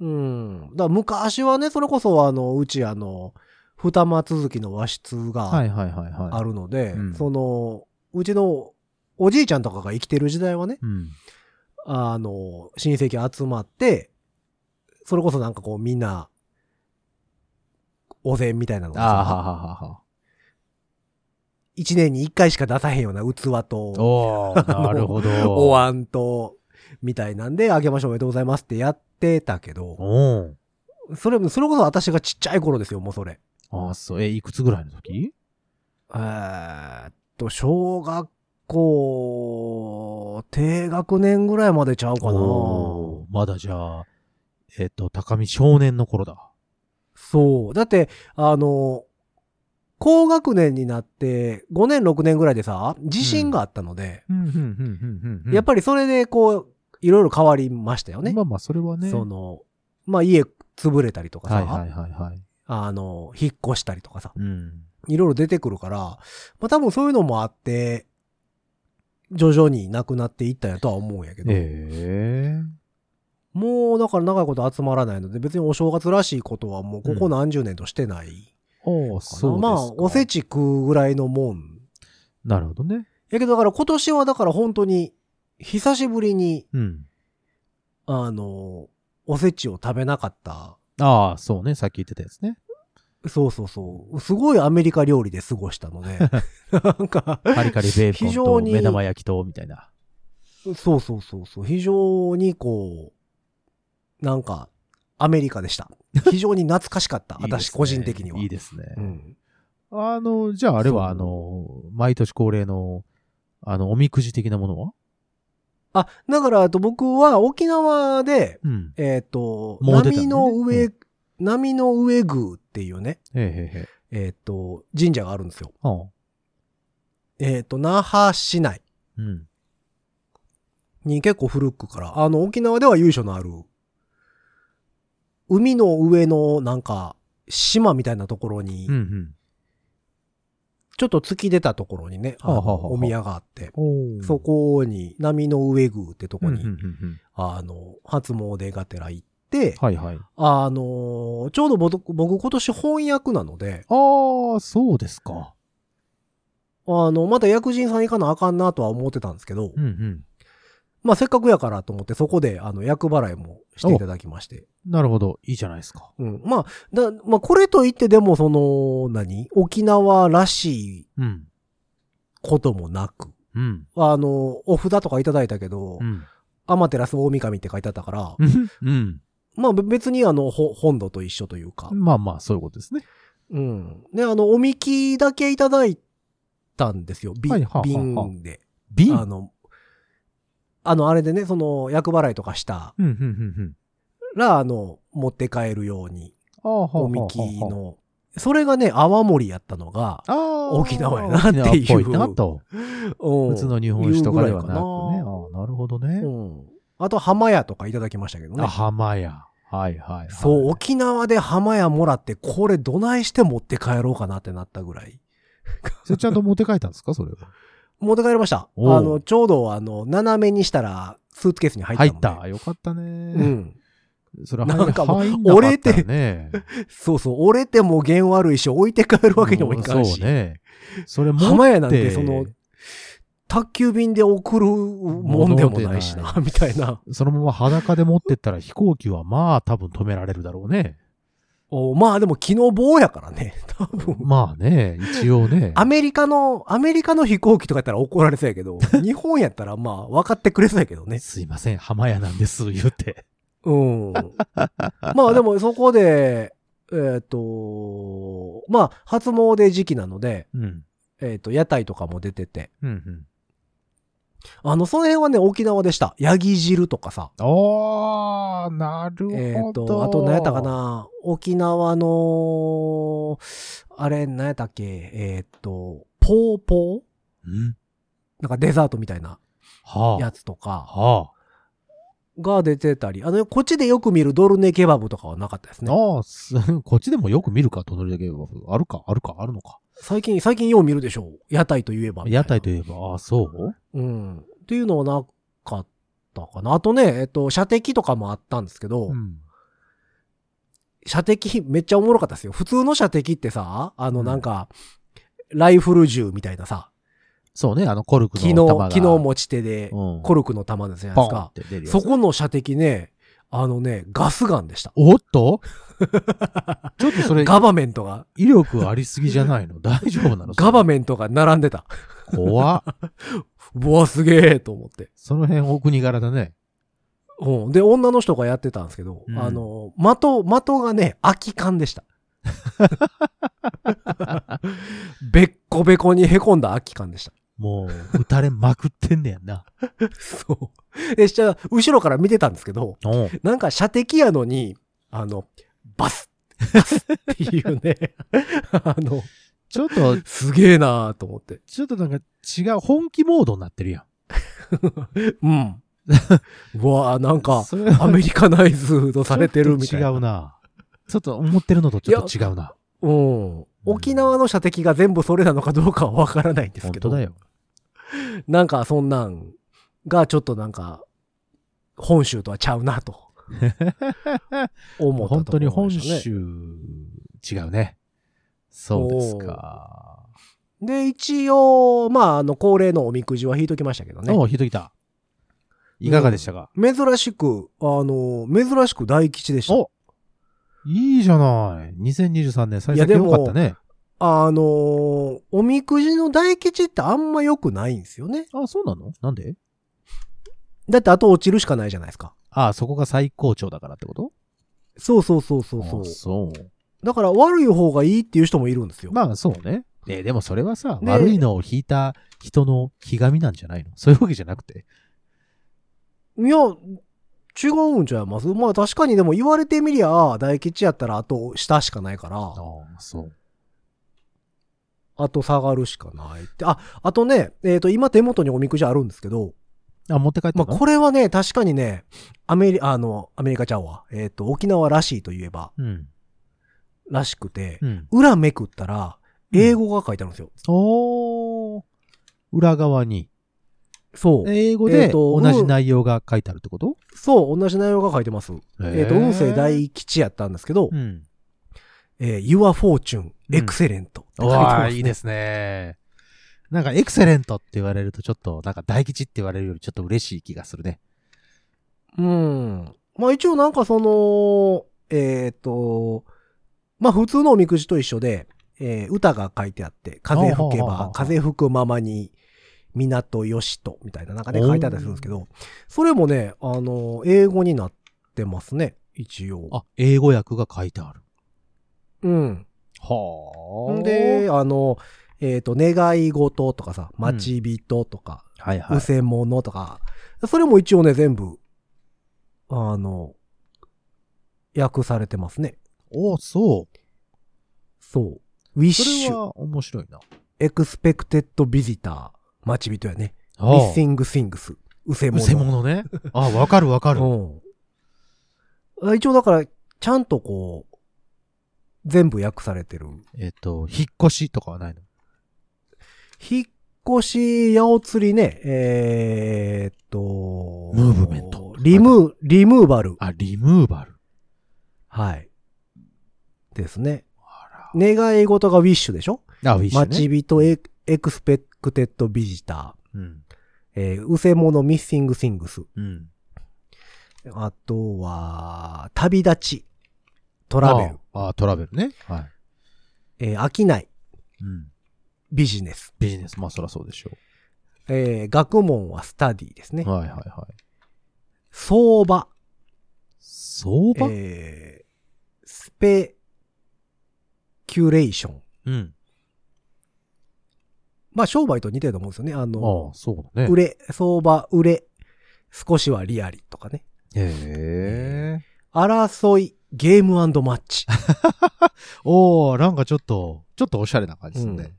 [SPEAKER 3] う。
[SPEAKER 2] うん。だから昔はね、それこそあの、うちあの、二間続きの和室
[SPEAKER 3] は
[SPEAKER 2] が
[SPEAKER 3] いはいはいはい。
[SPEAKER 2] あるので、
[SPEAKER 3] うん
[SPEAKER 2] その、うちのおじいちゃんとかが生きてる時代はね、
[SPEAKER 3] うん。
[SPEAKER 2] あの、親戚集まって、それこそなんかこうみんな、お膳みたいなの
[SPEAKER 3] あ
[SPEAKER 2] が
[SPEAKER 3] あは
[SPEAKER 2] さ、
[SPEAKER 3] ははは。
[SPEAKER 2] 一年に一回しか出さへんような器と、
[SPEAKER 3] おおなる ほど。
[SPEAKER 2] お椀と、みたいなんで、あげましょうおめでとうございますってやってたけど、
[SPEAKER 3] おう
[SPEAKER 2] それ、それこそ私がちっちゃい頃ですよ、もうそれ。
[SPEAKER 3] ああ、そう。え、いくつぐらいの時
[SPEAKER 2] えーっと、小学校、低学年ぐらいまでちゃうかな
[SPEAKER 3] おーまだじゃあ、えっと、高見少年の頃だ。
[SPEAKER 2] そう。だって、あの、高学年になって、5年、6年ぐらいでさ、地震があったので、
[SPEAKER 3] うん、うん、うん、
[SPEAKER 2] やっぱりそれでこう、いろいろ変わりましたよね。
[SPEAKER 3] まあまあ、それはね。
[SPEAKER 2] その、まあ家潰れたりとかさ、
[SPEAKER 3] はいはいはいはい。
[SPEAKER 2] あの、引っ越したりとかさ。
[SPEAKER 3] うん。
[SPEAKER 2] いろいろ出てくるから、まあ多分そういうのもあって、徐々になくなっていったんやとは思うんやけど、
[SPEAKER 3] え
[SPEAKER 2] もうだから長いこと集まらないので、別にお正月らしいことはもうここ何十年としてないか
[SPEAKER 3] えおお、
[SPEAKER 2] な
[SPEAKER 3] そうですか。
[SPEAKER 2] まあ、おせち食うぐらいのもん。
[SPEAKER 3] なるほどね。
[SPEAKER 2] やけどだから今年はだから本当に、久しぶりに、
[SPEAKER 3] うん。
[SPEAKER 2] あの、おせちを食べなかった。
[SPEAKER 3] ああ、そうね。さっき言ってたやつね。
[SPEAKER 2] そうそうそう。すごいアメリカ料理で過ごしたの で。なんか、
[SPEAKER 3] カリカリベーコ
[SPEAKER 2] 非
[SPEAKER 3] ン
[SPEAKER 2] 常
[SPEAKER 3] と
[SPEAKER 2] に
[SPEAKER 3] 目玉焼きと、みたいな。
[SPEAKER 2] そうそうそうそう。非常にこう、なんか、アメリカでした。非常に懐かしかった。
[SPEAKER 3] いいですね
[SPEAKER 2] 私個人的には。
[SPEAKER 3] いいですね。
[SPEAKER 2] うん。
[SPEAKER 3] あの、じゃああれは、
[SPEAKER 2] そう
[SPEAKER 3] あの、毎年恒例の、あの、おみくじ的なものは
[SPEAKER 2] あ、だから、あと僕は沖縄で、
[SPEAKER 3] うん。
[SPEAKER 2] えっ、と、
[SPEAKER 3] もう出た
[SPEAKER 2] 波
[SPEAKER 3] んだね
[SPEAKER 2] の上、
[SPEAKER 3] う
[SPEAKER 2] 波の上宮っていうね、
[SPEAKER 3] へえへえへえ。
[SPEAKER 2] えっ、と、神社があるんですよ。
[SPEAKER 3] ああ
[SPEAKER 2] えっ、と、那覇市内
[SPEAKER 3] うん。
[SPEAKER 2] に結構古くから、あの、沖縄では由緒のある、海の上のなんか、島みたいなところに、
[SPEAKER 3] うんうん。
[SPEAKER 2] ちょっと突き出たところにね、あの
[SPEAKER 3] はあはあはあ
[SPEAKER 2] お宮があって、
[SPEAKER 3] おお。
[SPEAKER 2] そこに、波の上宮ってとこに、
[SPEAKER 3] うんうんうんうん
[SPEAKER 2] あの、初詣がてら行って、
[SPEAKER 3] はいはい。
[SPEAKER 2] あのー、ちょうど僕、僕今年翻訳なので、
[SPEAKER 3] ああ、そうですか。
[SPEAKER 2] あの、また薬人さん行かなあかんなとは思ってたんですけど、
[SPEAKER 3] うんうん。
[SPEAKER 2] まあせっかくやからと思って、そこで、あの、役払いもしていただきまして。
[SPEAKER 3] なるほど。いいじゃないですか。
[SPEAKER 2] うん。まあ、だ、まあこれといってでも、その、何沖縄らしい
[SPEAKER 3] うん。
[SPEAKER 2] こともなく、
[SPEAKER 3] うん。
[SPEAKER 2] あの、お札とかいただいたけど、
[SPEAKER 3] うん。
[SPEAKER 2] アマテラス大神って書いてあったから、
[SPEAKER 3] うん。
[SPEAKER 2] まあべ別にあの、ほ本土と一緒というか。
[SPEAKER 3] まあまあ、そういうことですね。
[SPEAKER 2] うん。で、あの、おみきだけいただいたんですよ。び
[SPEAKER 3] はいはあはあ
[SPEAKER 2] 瓶で。
[SPEAKER 3] 瓶
[SPEAKER 2] あの、あの、あれでね、その、厄払いとかした
[SPEAKER 3] うん、うん、うん、うん。
[SPEAKER 2] ら、あの、持って帰るように、
[SPEAKER 3] ああ、はあ
[SPEAKER 2] おみき。の。それがね、泡盛やったのが、
[SPEAKER 3] ああ。
[SPEAKER 2] 沖縄やなっていう
[SPEAKER 3] 沖縄っぽいなと。
[SPEAKER 2] 普
[SPEAKER 3] 普通の日本酒とかではなくね。
[SPEAKER 2] な
[SPEAKER 3] ああ、なるほどね。
[SPEAKER 2] うん。あと、浜屋とかいただきましたけどね
[SPEAKER 3] あ、。浜屋。はいはい、はい。
[SPEAKER 2] そう、沖縄で浜屋もらって、これどないして持って帰ろうかなってなったぐらい。
[SPEAKER 3] それちゃんと持って帰ったんですかそれは。
[SPEAKER 2] 持って帰りました。あ
[SPEAKER 3] おう
[SPEAKER 2] の、ちょうど、あの、斜めにしたら、スーツケースに入った
[SPEAKER 3] 入
[SPEAKER 2] の
[SPEAKER 3] っ
[SPEAKER 2] で。
[SPEAKER 3] た。よかった
[SPEAKER 2] う
[SPEAKER 3] ね。
[SPEAKER 2] ん。
[SPEAKER 3] それは
[SPEAKER 2] なんかもう
[SPEAKER 3] 入んなかったらね。
[SPEAKER 2] そうそう、折れても弦悪いし、置いて帰るわけにもいかん
[SPEAKER 3] う
[SPEAKER 2] し。
[SPEAKER 3] そうね。それも。
[SPEAKER 2] 浜屋なんて、その、宅急便で送るもんでもないし
[SPEAKER 3] も
[SPEAKER 2] な
[SPEAKER 3] の、で
[SPEAKER 2] みたいな。
[SPEAKER 3] そのまま裸で持ってったら飛行機はまあ多分止められるだろうね。
[SPEAKER 2] おまあでも、昨日棒やからね、多分。
[SPEAKER 3] まあね、一応ね。
[SPEAKER 2] アメリカの、アメリカの飛行機とかやったら怒られそうやけ ど、日本やったらまあ分かってくれそうやけどね。
[SPEAKER 3] すいません、浜屋なんです、言うて。
[SPEAKER 2] うん。まあでもそこで、えっ、と、まあ初詣時期なので、
[SPEAKER 3] うん。
[SPEAKER 2] えっ、と、屋台とかも出てて、
[SPEAKER 3] うんうん。
[SPEAKER 2] あの、その辺はね、沖縄でした。ヤギ汁とかさ。
[SPEAKER 3] おー、なるほど。
[SPEAKER 2] えっ、と、あと何やったかな沖縄の、あれ何やったっけえっ、と、ポーポー
[SPEAKER 3] うん。
[SPEAKER 2] なんかデザートみたいな
[SPEAKER 3] は
[SPEAKER 2] やつとか。
[SPEAKER 3] あ。は
[SPEAKER 2] が出てたり、あの、こっちでよく見るドルネケバブとかはなかったです
[SPEAKER 3] あ。
[SPEAKER 2] ね。
[SPEAKER 3] ああ、す こっちでもよく見るか、隣だけは。あるか、あるか、あるのか。
[SPEAKER 2] 最近、最近よう見るでしょう。屋台といえばみたいな。
[SPEAKER 3] 屋台といえば、ああ、そう
[SPEAKER 2] うん。っていうのはなかったかな。あとね、えっと、射的とかもあったんですけど、
[SPEAKER 3] ん。
[SPEAKER 2] 射的めっちゃおもろかったですよ。普通の射的ってさ、あの、なんか、ライフル銃みたいなさ、
[SPEAKER 3] そうね、あの、コルクの
[SPEAKER 2] 昨日
[SPEAKER 3] 玉が。、
[SPEAKER 2] 昨日持ち手で、
[SPEAKER 3] うん、
[SPEAKER 2] コルクの弾ですじゃないで
[SPEAKER 3] ポ
[SPEAKER 2] す
[SPEAKER 3] ンっ
[SPEAKER 2] か。
[SPEAKER 3] て出るやつ
[SPEAKER 2] そこの射的ね、あのね、ガスガンでした。
[SPEAKER 3] おっ とちょっとそれ、
[SPEAKER 2] ガバメントが、
[SPEAKER 3] 威力ありすぎじゃない の大丈夫なの
[SPEAKER 2] ガバ
[SPEAKER 3] メ
[SPEAKER 2] メントが並んでた。
[SPEAKER 3] 怖っ
[SPEAKER 2] うわ、すげえと思って。
[SPEAKER 3] その辺お国柄 だね。
[SPEAKER 2] うん。で、女の人がやってたんですけど、
[SPEAKER 3] うん
[SPEAKER 2] あの、的、的がね、空き缶でした。べっこべこにへこんだ空き缶でした。
[SPEAKER 3] もう、打たれまくってんねやんな。
[SPEAKER 2] そう。で、じゃあ後ろから見てたんですけど、
[SPEAKER 3] おう
[SPEAKER 2] なんか射的やのに、あの、バスバスっていうね、 あの、
[SPEAKER 3] ちょっと、
[SPEAKER 2] すげえなーと思って。
[SPEAKER 3] ちょっとなんか違う、本気モードになってるやん。
[SPEAKER 2] うん。 うわあなんか、
[SPEAKER 3] それは
[SPEAKER 2] アメリカナイズドされてるみたいな。
[SPEAKER 3] ちょっと違うな。ちょっと思ってるのとちょっと違うな。
[SPEAKER 2] うん。沖縄の射的が全部それなのかどうかはわからないんです
[SPEAKER 3] 本
[SPEAKER 2] けど。
[SPEAKER 3] 当だよ。
[SPEAKER 2] なんかそんなんがちょっとなんか、本州とはちゃうなと思った
[SPEAKER 3] 本
[SPEAKER 2] と
[SPEAKER 3] 当
[SPEAKER 2] こ
[SPEAKER 3] に
[SPEAKER 2] ろ
[SPEAKER 3] 本
[SPEAKER 2] でしたね
[SPEAKER 3] 州、違うね。そうですか。
[SPEAKER 2] で、一応、まあ、あの、恒例のおみくじは引いときましたけどね
[SPEAKER 3] お。お、ひときた。いかがでしたか、
[SPEAKER 2] 珍しく、あの、珍しく大吉でした。
[SPEAKER 3] おいいじゃない。2023年最
[SPEAKER 2] いや
[SPEAKER 3] 先
[SPEAKER 2] で
[SPEAKER 3] 良
[SPEAKER 2] も
[SPEAKER 3] かったね。
[SPEAKER 2] あの、おみくじの大吉ってあんま良くないんですよね。
[SPEAKER 3] あ、そうなのなんで
[SPEAKER 2] だってあと落ちるしかないじゃないですか。
[SPEAKER 3] あそこが最高潮だからってこと
[SPEAKER 2] そうそうそうそうそう
[SPEAKER 3] あ。そう。
[SPEAKER 2] だから悪い方がいいっていう人もいるんですよ。
[SPEAKER 3] まあそうね。ねでもそれはさ、
[SPEAKER 2] ね
[SPEAKER 3] 悪いのを引いた人の気がみなんじゃないのそういうわけじゃなくて。
[SPEAKER 2] いや、違うんちゃいますまあ確かにでも言われてみりゃ、大吉やったらあと下しかないから、
[SPEAKER 3] あ、そう。
[SPEAKER 2] あと下がるしかないって。あ、あとね、えっ、と、今手元におみくじあるんですけど、
[SPEAKER 3] あ、持って帰った
[SPEAKER 2] まあ
[SPEAKER 3] の、
[SPEAKER 2] これはね、確かにね、アメリカ、あの、アメリカちゃうわ。えっ、と、沖縄らしいといえば、
[SPEAKER 3] うん。
[SPEAKER 2] らしくて、
[SPEAKER 3] うん。
[SPEAKER 2] 裏めくったら、英語が書いてあるんですよ。
[SPEAKER 3] おー裏側に。
[SPEAKER 2] そう。
[SPEAKER 3] 英語
[SPEAKER 2] え
[SPEAKER 3] で
[SPEAKER 2] ーとう
[SPEAKER 3] 同
[SPEAKER 2] ん
[SPEAKER 3] じ内容が書いてあるってこと、
[SPEAKER 2] そう、同じ内容が書いてます。
[SPEAKER 3] え
[SPEAKER 2] えっ、と、運勢大吉やったんですけど、
[SPEAKER 3] うん。
[SPEAKER 2] えー Your Fortune
[SPEAKER 3] うん
[SPEAKER 2] Excellent って書いて
[SPEAKER 3] わ
[SPEAKER 2] ま
[SPEAKER 3] あ、
[SPEAKER 2] す、ね
[SPEAKER 3] いいですね。なんか、エクセレントって言われると、ちょっと、なんか、大吉って言われるより、ちょっと嬉しい気がするね。
[SPEAKER 2] うん。まあ一応なんかその、えっ、と、まあ普通のおみくじと一緒で、えー歌が書いてあって、風吹け
[SPEAKER 3] ほうほうほうほ
[SPEAKER 2] ば
[SPEAKER 3] う、
[SPEAKER 2] 風吹くままに、港よしと、みたいななんかね、書いてあったりするんですけど、それもね、あの、英語になってますね、一応。
[SPEAKER 3] あ、英語訳が書いてある。
[SPEAKER 2] うん。
[SPEAKER 3] はあ。
[SPEAKER 2] で、、あの、えっ、と、願い事とかさ、待ち人とか、
[SPEAKER 3] はいは
[SPEAKER 2] う
[SPEAKER 3] い。
[SPEAKER 2] せ者とか、それも一応ね、全部、あの、訳されてますね。
[SPEAKER 3] おそう。
[SPEAKER 2] そう。ウィッシ
[SPEAKER 3] それ
[SPEAKER 2] ュ、
[SPEAKER 3] は面白いな。
[SPEAKER 2] エクスペクテッドビジター、待ち人やね。
[SPEAKER 3] あ
[SPEAKER 2] ミッシングシングス、うせ
[SPEAKER 3] う
[SPEAKER 2] も
[SPEAKER 3] せものね。あ、わかるわかる。
[SPEAKER 2] の。うん。あ一応だから、ちゃんとこう、全部訳されてる。
[SPEAKER 3] えっと、引っ越しとかはないの
[SPEAKER 2] 引っ越し、八百釣りね、えー、っと、
[SPEAKER 3] ムーブメント
[SPEAKER 2] リムー、リムーバル。
[SPEAKER 3] あ、リムーバル。
[SPEAKER 2] はい。ですね。
[SPEAKER 3] あ
[SPEAKER 2] 願い事がウィッシュでしょ、
[SPEAKER 3] ら。あ、ウィッシュ、ね。
[SPEAKER 2] 待ち人エエクスペクテッドビジター。
[SPEAKER 3] うん。
[SPEAKER 2] えー、うせものミッシングシングス。
[SPEAKER 3] うん。
[SPEAKER 2] あとは、旅立ち、トラベル、
[SPEAKER 3] ああ、トラベルね。はい。
[SPEAKER 2] えー飽きない、
[SPEAKER 3] うん。
[SPEAKER 2] ビジネス、
[SPEAKER 3] ビジネス、まあそらそうでしょ
[SPEAKER 2] えー学問はスタディですね
[SPEAKER 3] う。。はいはいはい。
[SPEAKER 2] 相場、
[SPEAKER 3] 相場、
[SPEAKER 2] えースペキュレーション。
[SPEAKER 3] うん。
[SPEAKER 2] まあ、商売と似てると思うんですよね。あの
[SPEAKER 3] あ、あ、そうだね
[SPEAKER 2] 売。れ、相場、売れ、少しはリアリとかね。
[SPEAKER 3] へえ。
[SPEAKER 2] 争い、ゲームマッチ、
[SPEAKER 3] おおなんかちょっと、ちょっとおしゃれな感じですね。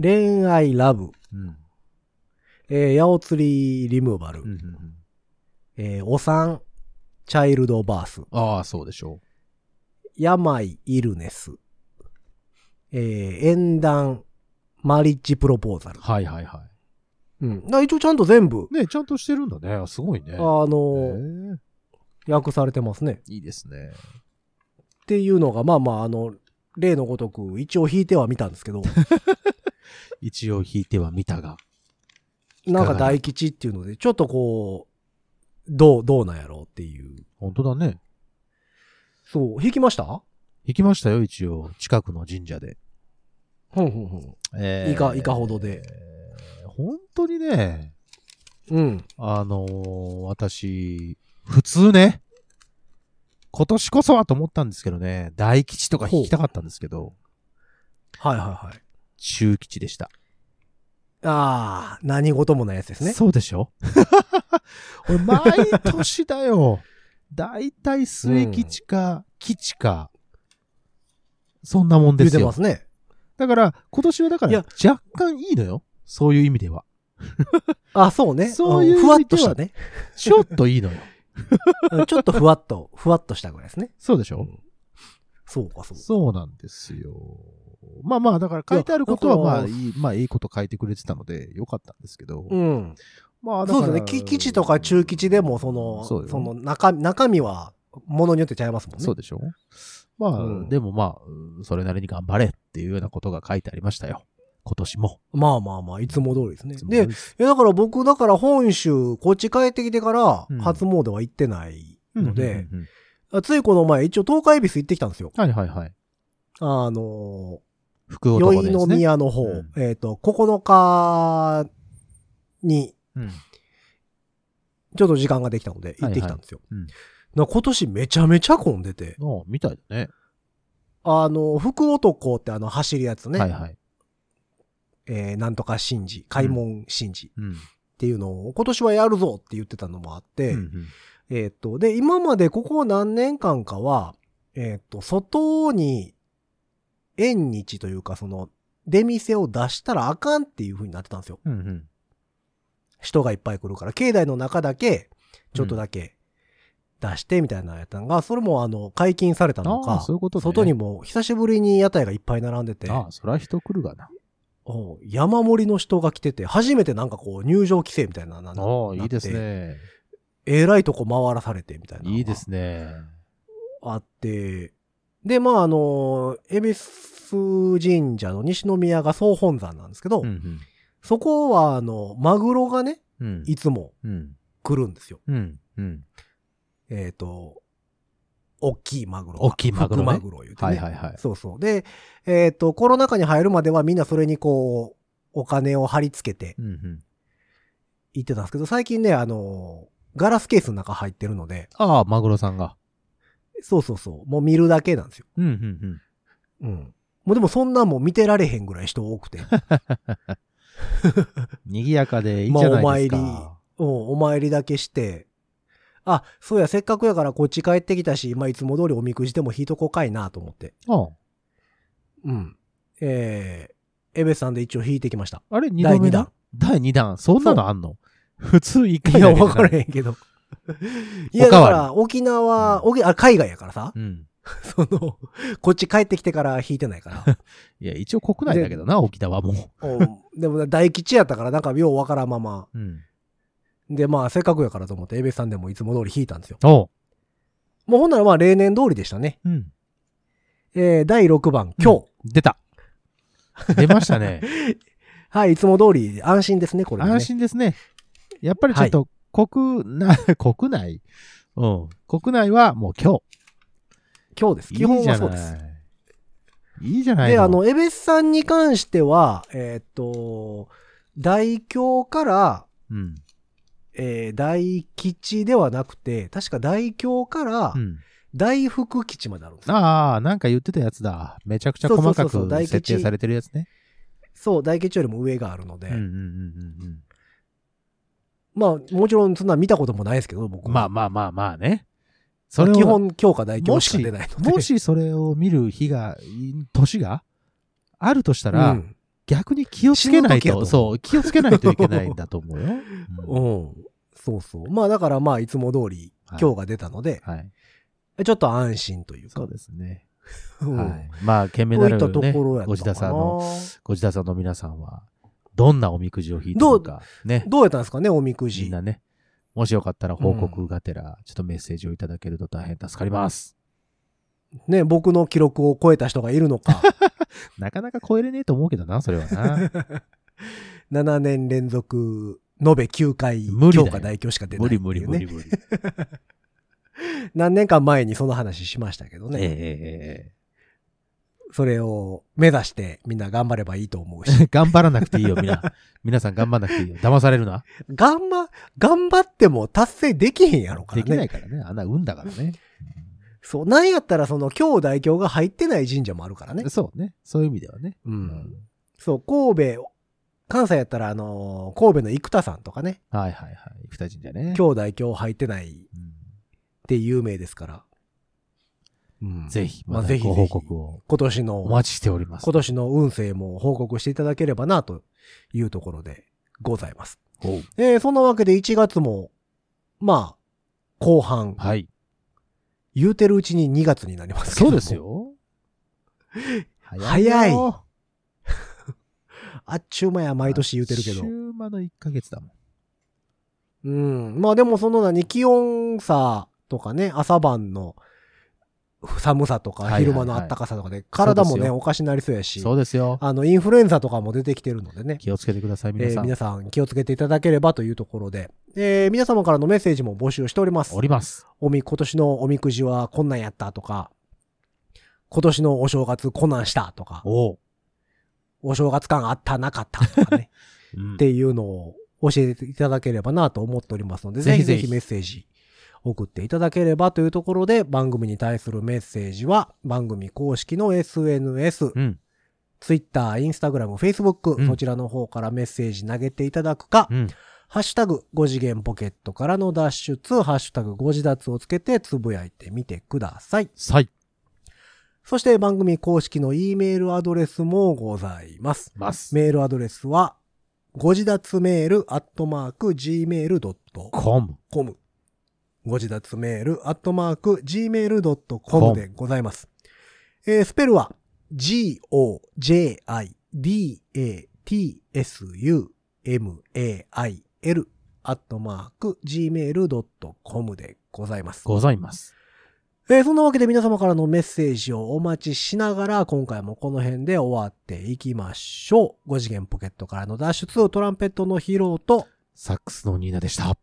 [SPEAKER 2] 恋愛、ラブ、
[SPEAKER 3] うん。
[SPEAKER 2] えー八百釣り、リムーバル、
[SPEAKER 3] うんうんうん
[SPEAKER 2] えーお産、チャイルドバース、
[SPEAKER 3] ああ、そうでしょ
[SPEAKER 2] 病、イルネス、えー、縁談、マリッジプロポーザル
[SPEAKER 3] う。。はいはいは
[SPEAKER 2] うん。だから一応ちゃんと全部、
[SPEAKER 3] い。ねちゃんとしてるんだね。すごいね。
[SPEAKER 2] あ
[SPEAKER 3] あ。
[SPEAKER 2] の、訳されてますね。
[SPEAKER 3] いいですね。
[SPEAKER 2] っていうのが、まあまあ、あの、例のごとく、一応引いてはみたんですけ ど、
[SPEAKER 3] 一応引いてはみたが。
[SPEAKER 2] なんか大吉っていうので、ちょっとこう、どう、どうなんやろうっていう。
[SPEAKER 3] 本当だね。
[SPEAKER 2] そう、引きました
[SPEAKER 3] 行きましたよ、一応。近くの神社で。
[SPEAKER 2] ふんふんふん。
[SPEAKER 3] えー
[SPEAKER 2] いかいかほどで。
[SPEAKER 3] えー本当にね、
[SPEAKER 2] うん。
[SPEAKER 3] あのー私、普通ね、今年こそはと思ったんですけどね、大吉とか引きたかったんですけど、
[SPEAKER 2] はいはいはい。
[SPEAKER 3] 中吉でした。
[SPEAKER 2] ああ、何事もないやつですね。
[SPEAKER 3] そうでしょ 俺、毎年だよ。だいたい末吉か、吉か、そんなもんで
[SPEAKER 2] 言っ
[SPEAKER 3] す
[SPEAKER 2] て
[SPEAKER 3] よ
[SPEAKER 2] ま。すね。
[SPEAKER 3] だから、今年はだか
[SPEAKER 2] い
[SPEAKER 3] ら
[SPEAKER 2] や、
[SPEAKER 3] 若干いいのよ。そういう意味では。
[SPEAKER 2] あそうね。
[SPEAKER 3] そういう
[SPEAKER 2] あのふわっとしたね。
[SPEAKER 3] ち ょっといいのよ。
[SPEAKER 2] うんちょっとふわっと、ふわっとしたぐらいですね。
[SPEAKER 3] そうでしょ、
[SPEAKER 2] うんそうか、そうか。
[SPEAKER 3] そうなんですよ。まあまあ、だから書いてあることは、
[SPEAKER 2] いやだから
[SPEAKER 3] まあいい、まあいいこと書いてくれてたので、よかったんですけど。
[SPEAKER 2] うん。
[SPEAKER 3] まあだ
[SPEAKER 2] そ
[SPEAKER 3] か
[SPEAKER 2] う
[SPEAKER 3] ら、
[SPEAKER 2] ですね。き基地とか中基地でも、その、
[SPEAKER 3] そうよ
[SPEAKER 2] その中、中身は、ものによってちゃいますもんね。
[SPEAKER 3] そうでしょまあ、
[SPEAKER 2] うん
[SPEAKER 3] でもまあ、うんそれなりに頑張れっていうようなことが書いてありましたよ。今年も。
[SPEAKER 2] まあまあまあ、いつも通りですね
[SPEAKER 3] い。つも
[SPEAKER 2] で、いやだから僕、だから本州、こっち帰ってきてから
[SPEAKER 3] うん、
[SPEAKER 2] 初詣は行ってないので、
[SPEAKER 3] うんうんうん
[SPEAKER 2] あついこの前、一応東海恵比寿行ってきたんですよ。
[SPEAKER 3] はいはいはい。
[SPEAKER 2] あの
[SPEAKER 3] 福
[SPEAKER 2] ー、
[SPEAKER 3] 男
[SPEAKER 2] 宵
[SPEAKER 3] で
[SPEAKER 2] の
[SPEAKER 3] すね。
[SPEAKER 2] 宮の方、
[SPEAKER 3] うん
[SPEAKER 2] えっ、と、9日に、
[SPEAKER 3] うん
[SPEAKER 2] ちょっと時間ができたので、行
[SPEAKER 3] はい
[SPEAKER 2] ってきたんですよ。
[SPEAKER 3] うん
[SPEAKER 2] な今年めちゃめちゃ混んでて、
[SPEAKER 3] ああみたいだね。
[SPEAKER 2] あの、福男ってあの、走るやつね、
[SPEAKER 3] はいはい。
[SPEAKER 2] えーなんとか神事、開門神事
[SPEAKER 3] うん。
[SPEAKER 2] っていうのを、今年はやるぞって言ってたのもあって、
[SPEAKER 3] うんうん
[SPEAKER 2] えーっと、で、今までここ何年間かは、えーっと、外に、縁日というか、その、出店を出したらあかんっていう風になってたんですよ。
[SPEAKER 3] うんうん
[SPEAKER 2] 人がいっぱい来るから、境内の中だけ、ちょっとだけ出してみたいなのやったのが、それもあの、解禁されたの
[SPEAKER 3] あ
[SPEAKER 2] か、
[SPEAKER 3] あそういうことね
[SPEAKER 2] 外にも久しぶりに屋台がいっぱい並んでて、
[SPEAKER 3] ああ、そりゃ人来るがな。
[SPEAKER 2] おう山盛りの人が来てて、初めてなんかこう、入場規制みたいなのにな
[SPEAKER 3] ああ、いいです
[SPEAKER 2] なって
[SPEAKER 3] ね。
[SPEAKER 2] えらいとこ回らされてみたいなのが。
[SPEAKER 3] いいですね。
[SPEAKER 2] あって、で、まあ、あの、恵比寿神社の西宮が総本山なんですけど、
[SPEAKER 3] うん
[SPEAKER 2] そこは、あの、マグロがね、
[SPEAKER 3] うんうん
[SPEAKER 2] いつも
[SPEAKER 3] うん
[SPEAKER 2] 来るんですよ。
[SPEAKER 3] うんうん
[SPEAKER 2] えっ、と、大きいマグロが。
[SPEAKER 3] 大きいマグロね
[SPEAKER 2] 福マグロ言うてね。
[SPEAKER 3] はいはいはい。
[SPEAKER 2] そうそう。で、えっ、と、コロナ禍に入るまではみんなそれにこう、お金を貼り付けて
[SPEAKER 3] うんうん
[SPEAKER 2] 行ってたんですけど、最近ね、あの、ガラスケースの中入ってるので、
[SPEAKER 3] ああ、マグロさんが。
[SPEAKER 2] そうそうそう、もう見るだけなんですよ。
[SPEAKER 3] うんうん
[SPEAKER 2] うん。もうでもそんなんもう見てられへんぐらい人多 くて。
[SPEAKER 3] うん。賑やかでいいじゃないです
[SPEAKER 2] まあ
[SPEAKER 3] か。
[SPEAKER 2] うん、お参りだけして、あ、そうや、せっかくやからこっち帰ってきたし、まあ、いつも通りおみくじでも引いとこうかいなと思って。
[SPEAKER 3] あ
[SPEAKER 2] うん。えー、エベさんで一応引いてきました。
[SPEAKER 3] ああれ、二
[SPEAKER 2] 第
[SPEAKER 3] 度
[SPEAKER 2] 2
[SPEAKER 3] 目だ
[SPEAKER 2] 弾。
[SPEAKER 3] 第2弾。そんなのあんの普通一
[SPEAKER 2] い
[SPEAKER 3] 回
[SPEAKER 2] や、
[SPEAKER 3] だけじゃ
[SPEAKER 2] わ
[SPEAKER 3] ない
[SPEAKER 2] からへんけど。 いや、だか
[SPEAKER 3] おかわ
[SPEAKER 2] ら、沖縄、
[SPEAKER 3] うん
[SPEAKER 2] 沖あ海外やからさ、
[SPEAKER 3] うん。
[SPEAKER 2] その、こっち帰ってきてから引いてない から。
[SPEAKER 3] いや、一応国内だけどな、沖縄も。
[SPEAKER 2] うんでも、大吉やったから、なんかようわからんまま。
[SPEAKER 3] うん。
[SPEAKER 2] で、まあ、せっかくやからと思って、エベさんでもいつも通り引いたんですよ。
[SPEAKER 3] おう。
[SPEAKER 2] もうほんなら、まあ、例年通りでしたね。
[SPEAKER 3] うん。
[SPEAKER 2] えー、第6番、今日。
[SPEAKER 3] 出た。出ましたね。
[SPEAKER 2] はい、いつも通り安心ですね、これ、ね。
[SPEAKER 3] 安心ですね。やっぱりちょっと、国内、 国内うん。国内はもう今
[SPEAKER 2] 今日です。
[SPEAKER 3] 日。
[SPEAKER 2] 基本はそう
[SPEAKER 3] いい
[SPEAKER 2] で
[SPEAKER 3] じ
[SPEAKER 2] す
[SPEAKER 3] ゃ。ない。いいじゃない
[SPEAKER 2] で、
[SPEAKER 3] の
[SPEAKER 2] あの、エベスさんに関しては、えーっと、大京から、
[SPEAKER 3] うん。
[SPEAKER 2] えー大吉ではなくて、確か大京から
[SPEAKER 3] うん。
[SPEAKER 2] 大福吉まであるんですよ。
[SPEAKER 3] ああ、なんか言ってたやつだ。めちゃくちゃ細
[SPEAKER 2] そ
[SPEAKER 3] か
[SPEAKER 2] うそうそうそう大
[SPEAKER 3] く
[SPEAKER 2] 吉
[SPEAKER 3] 設定されてるやつね。
[SPEAKER 2] そう、大吉よりも上があるので、
[SPEAKER 3] うんうんうんうんうん。
[SPEAKER 2] まあ、もちろんそんな見たこともないですけど、僕は
[SPEAKER 3] まあまあまあまあね。
[SPEAKER 2] ま
[SPEAKER 3] それ
[SPEAKER 2] あ
[SPEAKER 3] を
[SPEAKER 2] 基本、京か大京
[SPEAKER 3] も
[SPEAKER 2] しか
[SPEAKER 3] し
[SPEAKER 2] 出ない、ので。
[SPEAKER 3] もしそれを見る日が、年があるとしたら、
[SPEAKER 2] うん、
[SPEAKER 3] 逆に気をつけない
[SPEAKER 2] 死ぬ時やと思
[SPEAKER 3] と、
[SPEAKER 2] う
[SPEAKER 3] そう、気をつけないといけないんだと思 うよ。
[SPEAKER 2] う
[SPEAKER 3] うん
[SPEAKER 2] ん。そうそう。まあ、だからまあ、いつも通り、
[SPEAKER 3] はい
[SPEAKER 2] 今日が出たので、
[SPEAKER 3] はい。
[SPEAKER 2] ちょっと安心というか。
[SPEAKER 3] そうですね。
[SPEAKER 2] うん
[SPEAKER 3] はい。まあ、懸命
[SPEAKER 2] と
[SPEAKER 3] ないる
[SPEAKER 2] ったと
[SPEAKER 3] ね
[SPEAKER 2] ころや、
[SPEAKER 3] ご
[SPEAKER 2] っ
[SPEAKER 3] 自
[SPEAKER 2] た
[SPEAKER 3] 宅
[SPEAKER 2] か
[SPEAKER 3] さ
[SPEAKER 2] な。
[SPEAKER 3] んの、ご自宅さんの皆さんは、どんなおみくじを引いた
[SPEAKER 2] ど
[SPEAKER 3] の
[SPEAKER 2] う
[SPEAKER 3] か、ね。
[SPEAKER 2] どうやったんですかね、おみく
[SPEAKER 3] みん
[SPEAKER 2] じ。
[SPEAKER 3] なね。もしよかったら報告がてら、ちょっとメッセージをいただけると大変助かり ます。
[SPEAKER 2] ね、僕の記録を超えた人がいるのか、
[SPEAKER 3] なかなか超えれねえと思うけどな、それはな。
[SPEAKER 2] 7年連続、延べ9回、
[SPEAKER 3] 無理だ
[SPEAKER 2] 強
[SPEAKER 3] よ
[SPEAKER 2] 化代表しか出ない
[SPEAKER 3] 無
[SPEAKER 2] ってい
[SPEAKER 3] 理
[SPEAKER 2] うね、
[SPEAKER 3] 無理無理無理。
[SPEAKER 2] 何年か前にその話しましたけど
[SPEAKER 3] えええ
[SPEAKER 2] ね。
[SPEAKER 3] ええ
[SPEAKER 2] それを目指してみんな頑張ればいいと思う
[SPEAKER 3] え。
[SPEAKER 2] し
[SPEAKER 3] 頑張らなくていいよ、みんな。皆さん頑張らなくていいよ。騙されるな。
[SPEAKER 2] 頑張、頑張っても達成できへんやろから
[SPEAKER 3] できな
[SPEAKER 2] ね
[SPEAKER 3] い。からね。あんな運だからね。
[SPEAKER 2] そう。なんやったらその今日代表が入ってない神社もあるからね。
[SPEAKER 3] そうね。そういう意味ではね。
[SPEAKER 2] う。。
[SPEAKER 3] うん
[SPEAKER 2] そう、神戸、関西やったらあのー神戸の生田さんとかね、
[SPEAKER 3] はいはいはい。二神社ね。
[SPEAKER 2] 今日代表入ってないって有名ですから。
[SPEAKER 3] うんぜひ、
[SPEAKER 2] まあ
[SPEAKER 3] また
[SPEAKER 2] ぜひぜ
[SPEAKER 3] ご
[SPEAKER 2] ひ
[SPEAKER 3] 報告を
[SPEAKER 2] 今年の、
[SPEAKER 3] お待ちしております。
[SPEAKER 2] 今年の運勢も報告していただければなというところでございます。
[SPEAKER 3] おう
[SPEAKER 2] えーそんなわけで1月も、まあ、後半、
[SPEAKER 3] はい。
[SPEAKER 2] 言うてるうちに2月になりますけど
[SPEAKER 3] そ
[SPEAKER 2] も
[SPEAKER 3] うです。よ。
[SPEAKER 2] 早い
[SPEAKER 3] よ
[SPEAKER 2] あっちゅう間や、毎年言うてるけど
[SPEAKER 3] 週。間の1ヶ月だもん。
[SPEAKER 2] うん。まあでもその何、気温差とかね、朝晩の寒さと
[SPEAKER 3] は
[SPEAKER 2] か、
[SPEAKER 3] いはいは
[SPEAKER 2] 昼
[SPEAKER 3] い
[SPEAKER 2] 間の暖かさとかで、体も
[SPEAKER 3] そうです
[SPEAKER 2] ね、
[SPEAKER 3] よ
[SPEAKER 2] おかしなりそうやし、
[SPEAKER 3] そうですよ。
[SPEAKER 2] あの、インフルエンザとかも出てきてるのでね、
[SPEAKER 3] 気をつけてくださ
[SPEAKER 2] え
[SPEAKER 3] い、皆
[SPEAKER 2] ー
[SPEAKER 3] さん。
[SPEAKER 2] 皆さん気をつけていただければというところで、えー皆様からのメッセージも募集しております
[SPEAKER 3] お。ります。
[SPEAKER 2] おみ、今年のおみくじはこんなんやったとか、今年のお正月こんなんしたとか、
[SPEAKER 3] おう。
[SPEAKER 2] お正月感あったなかったとか ね、
[SPEAKER 3] うん
[SPEAKER 2] っていうのを教えていただければなと思っておりますので、ぜひ
[SPEAKER 3] ぜひ
[SPEAKER 2] ぜ
[SPEAKER 3] ぜ
[SPEAKER 2] ひ
[SPEAKER 3] ひ
[SPEAKER 2] メッセージ送っていただければというところで、番組に対するメッセージは、番組公式の SNS、
[SPEAKER 3] うん。
[SPEAKER 2] Twitter、Instagram、Facebook、
[SPEAKER 3] うん
[SPEAKER 2] そちらの方からメッセージ投げていただくか、
[SPEAKER 3] うん。
[SPEAKER 2] ハッシュタグ5次元ポケットからの脱出、ハッシュタグ5次脱をつけてつぶやいてみてください。
[SPEAKER 3] さい
[SPEAKER 2] そして番組公式の E メールアドレスもございます。
[SPEAKER 3] ます。
[SPEAKER 2] メールアドレスは、ご自立メールアットマーク gmail.com。
[SPEAKER 3] コム。
[SPEAKER 2] ご自立メールアットマーク gmail.com でございます。えースペルは、g-o-j-i-d-a-t-s-u-m-a-i-l アットマーク gmail.com でございます。
[SPEAKER 3] ございます。
[SPEAKER 2] えーそんなわけで皆様からのメッセージをお待ちしながら、今回もこの辺で終わっていきましょう。5次元ポケットからの脱出をトランペットのヒロと、
[SPEAKER 3] サックスのニーナでした。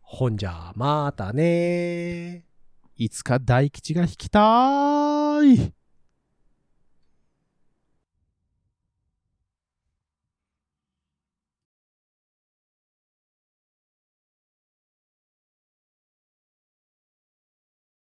[SPEAKER 2] ほんじゃ、またねー。
[SPEAKER 3] いつか大吉が引きたーい。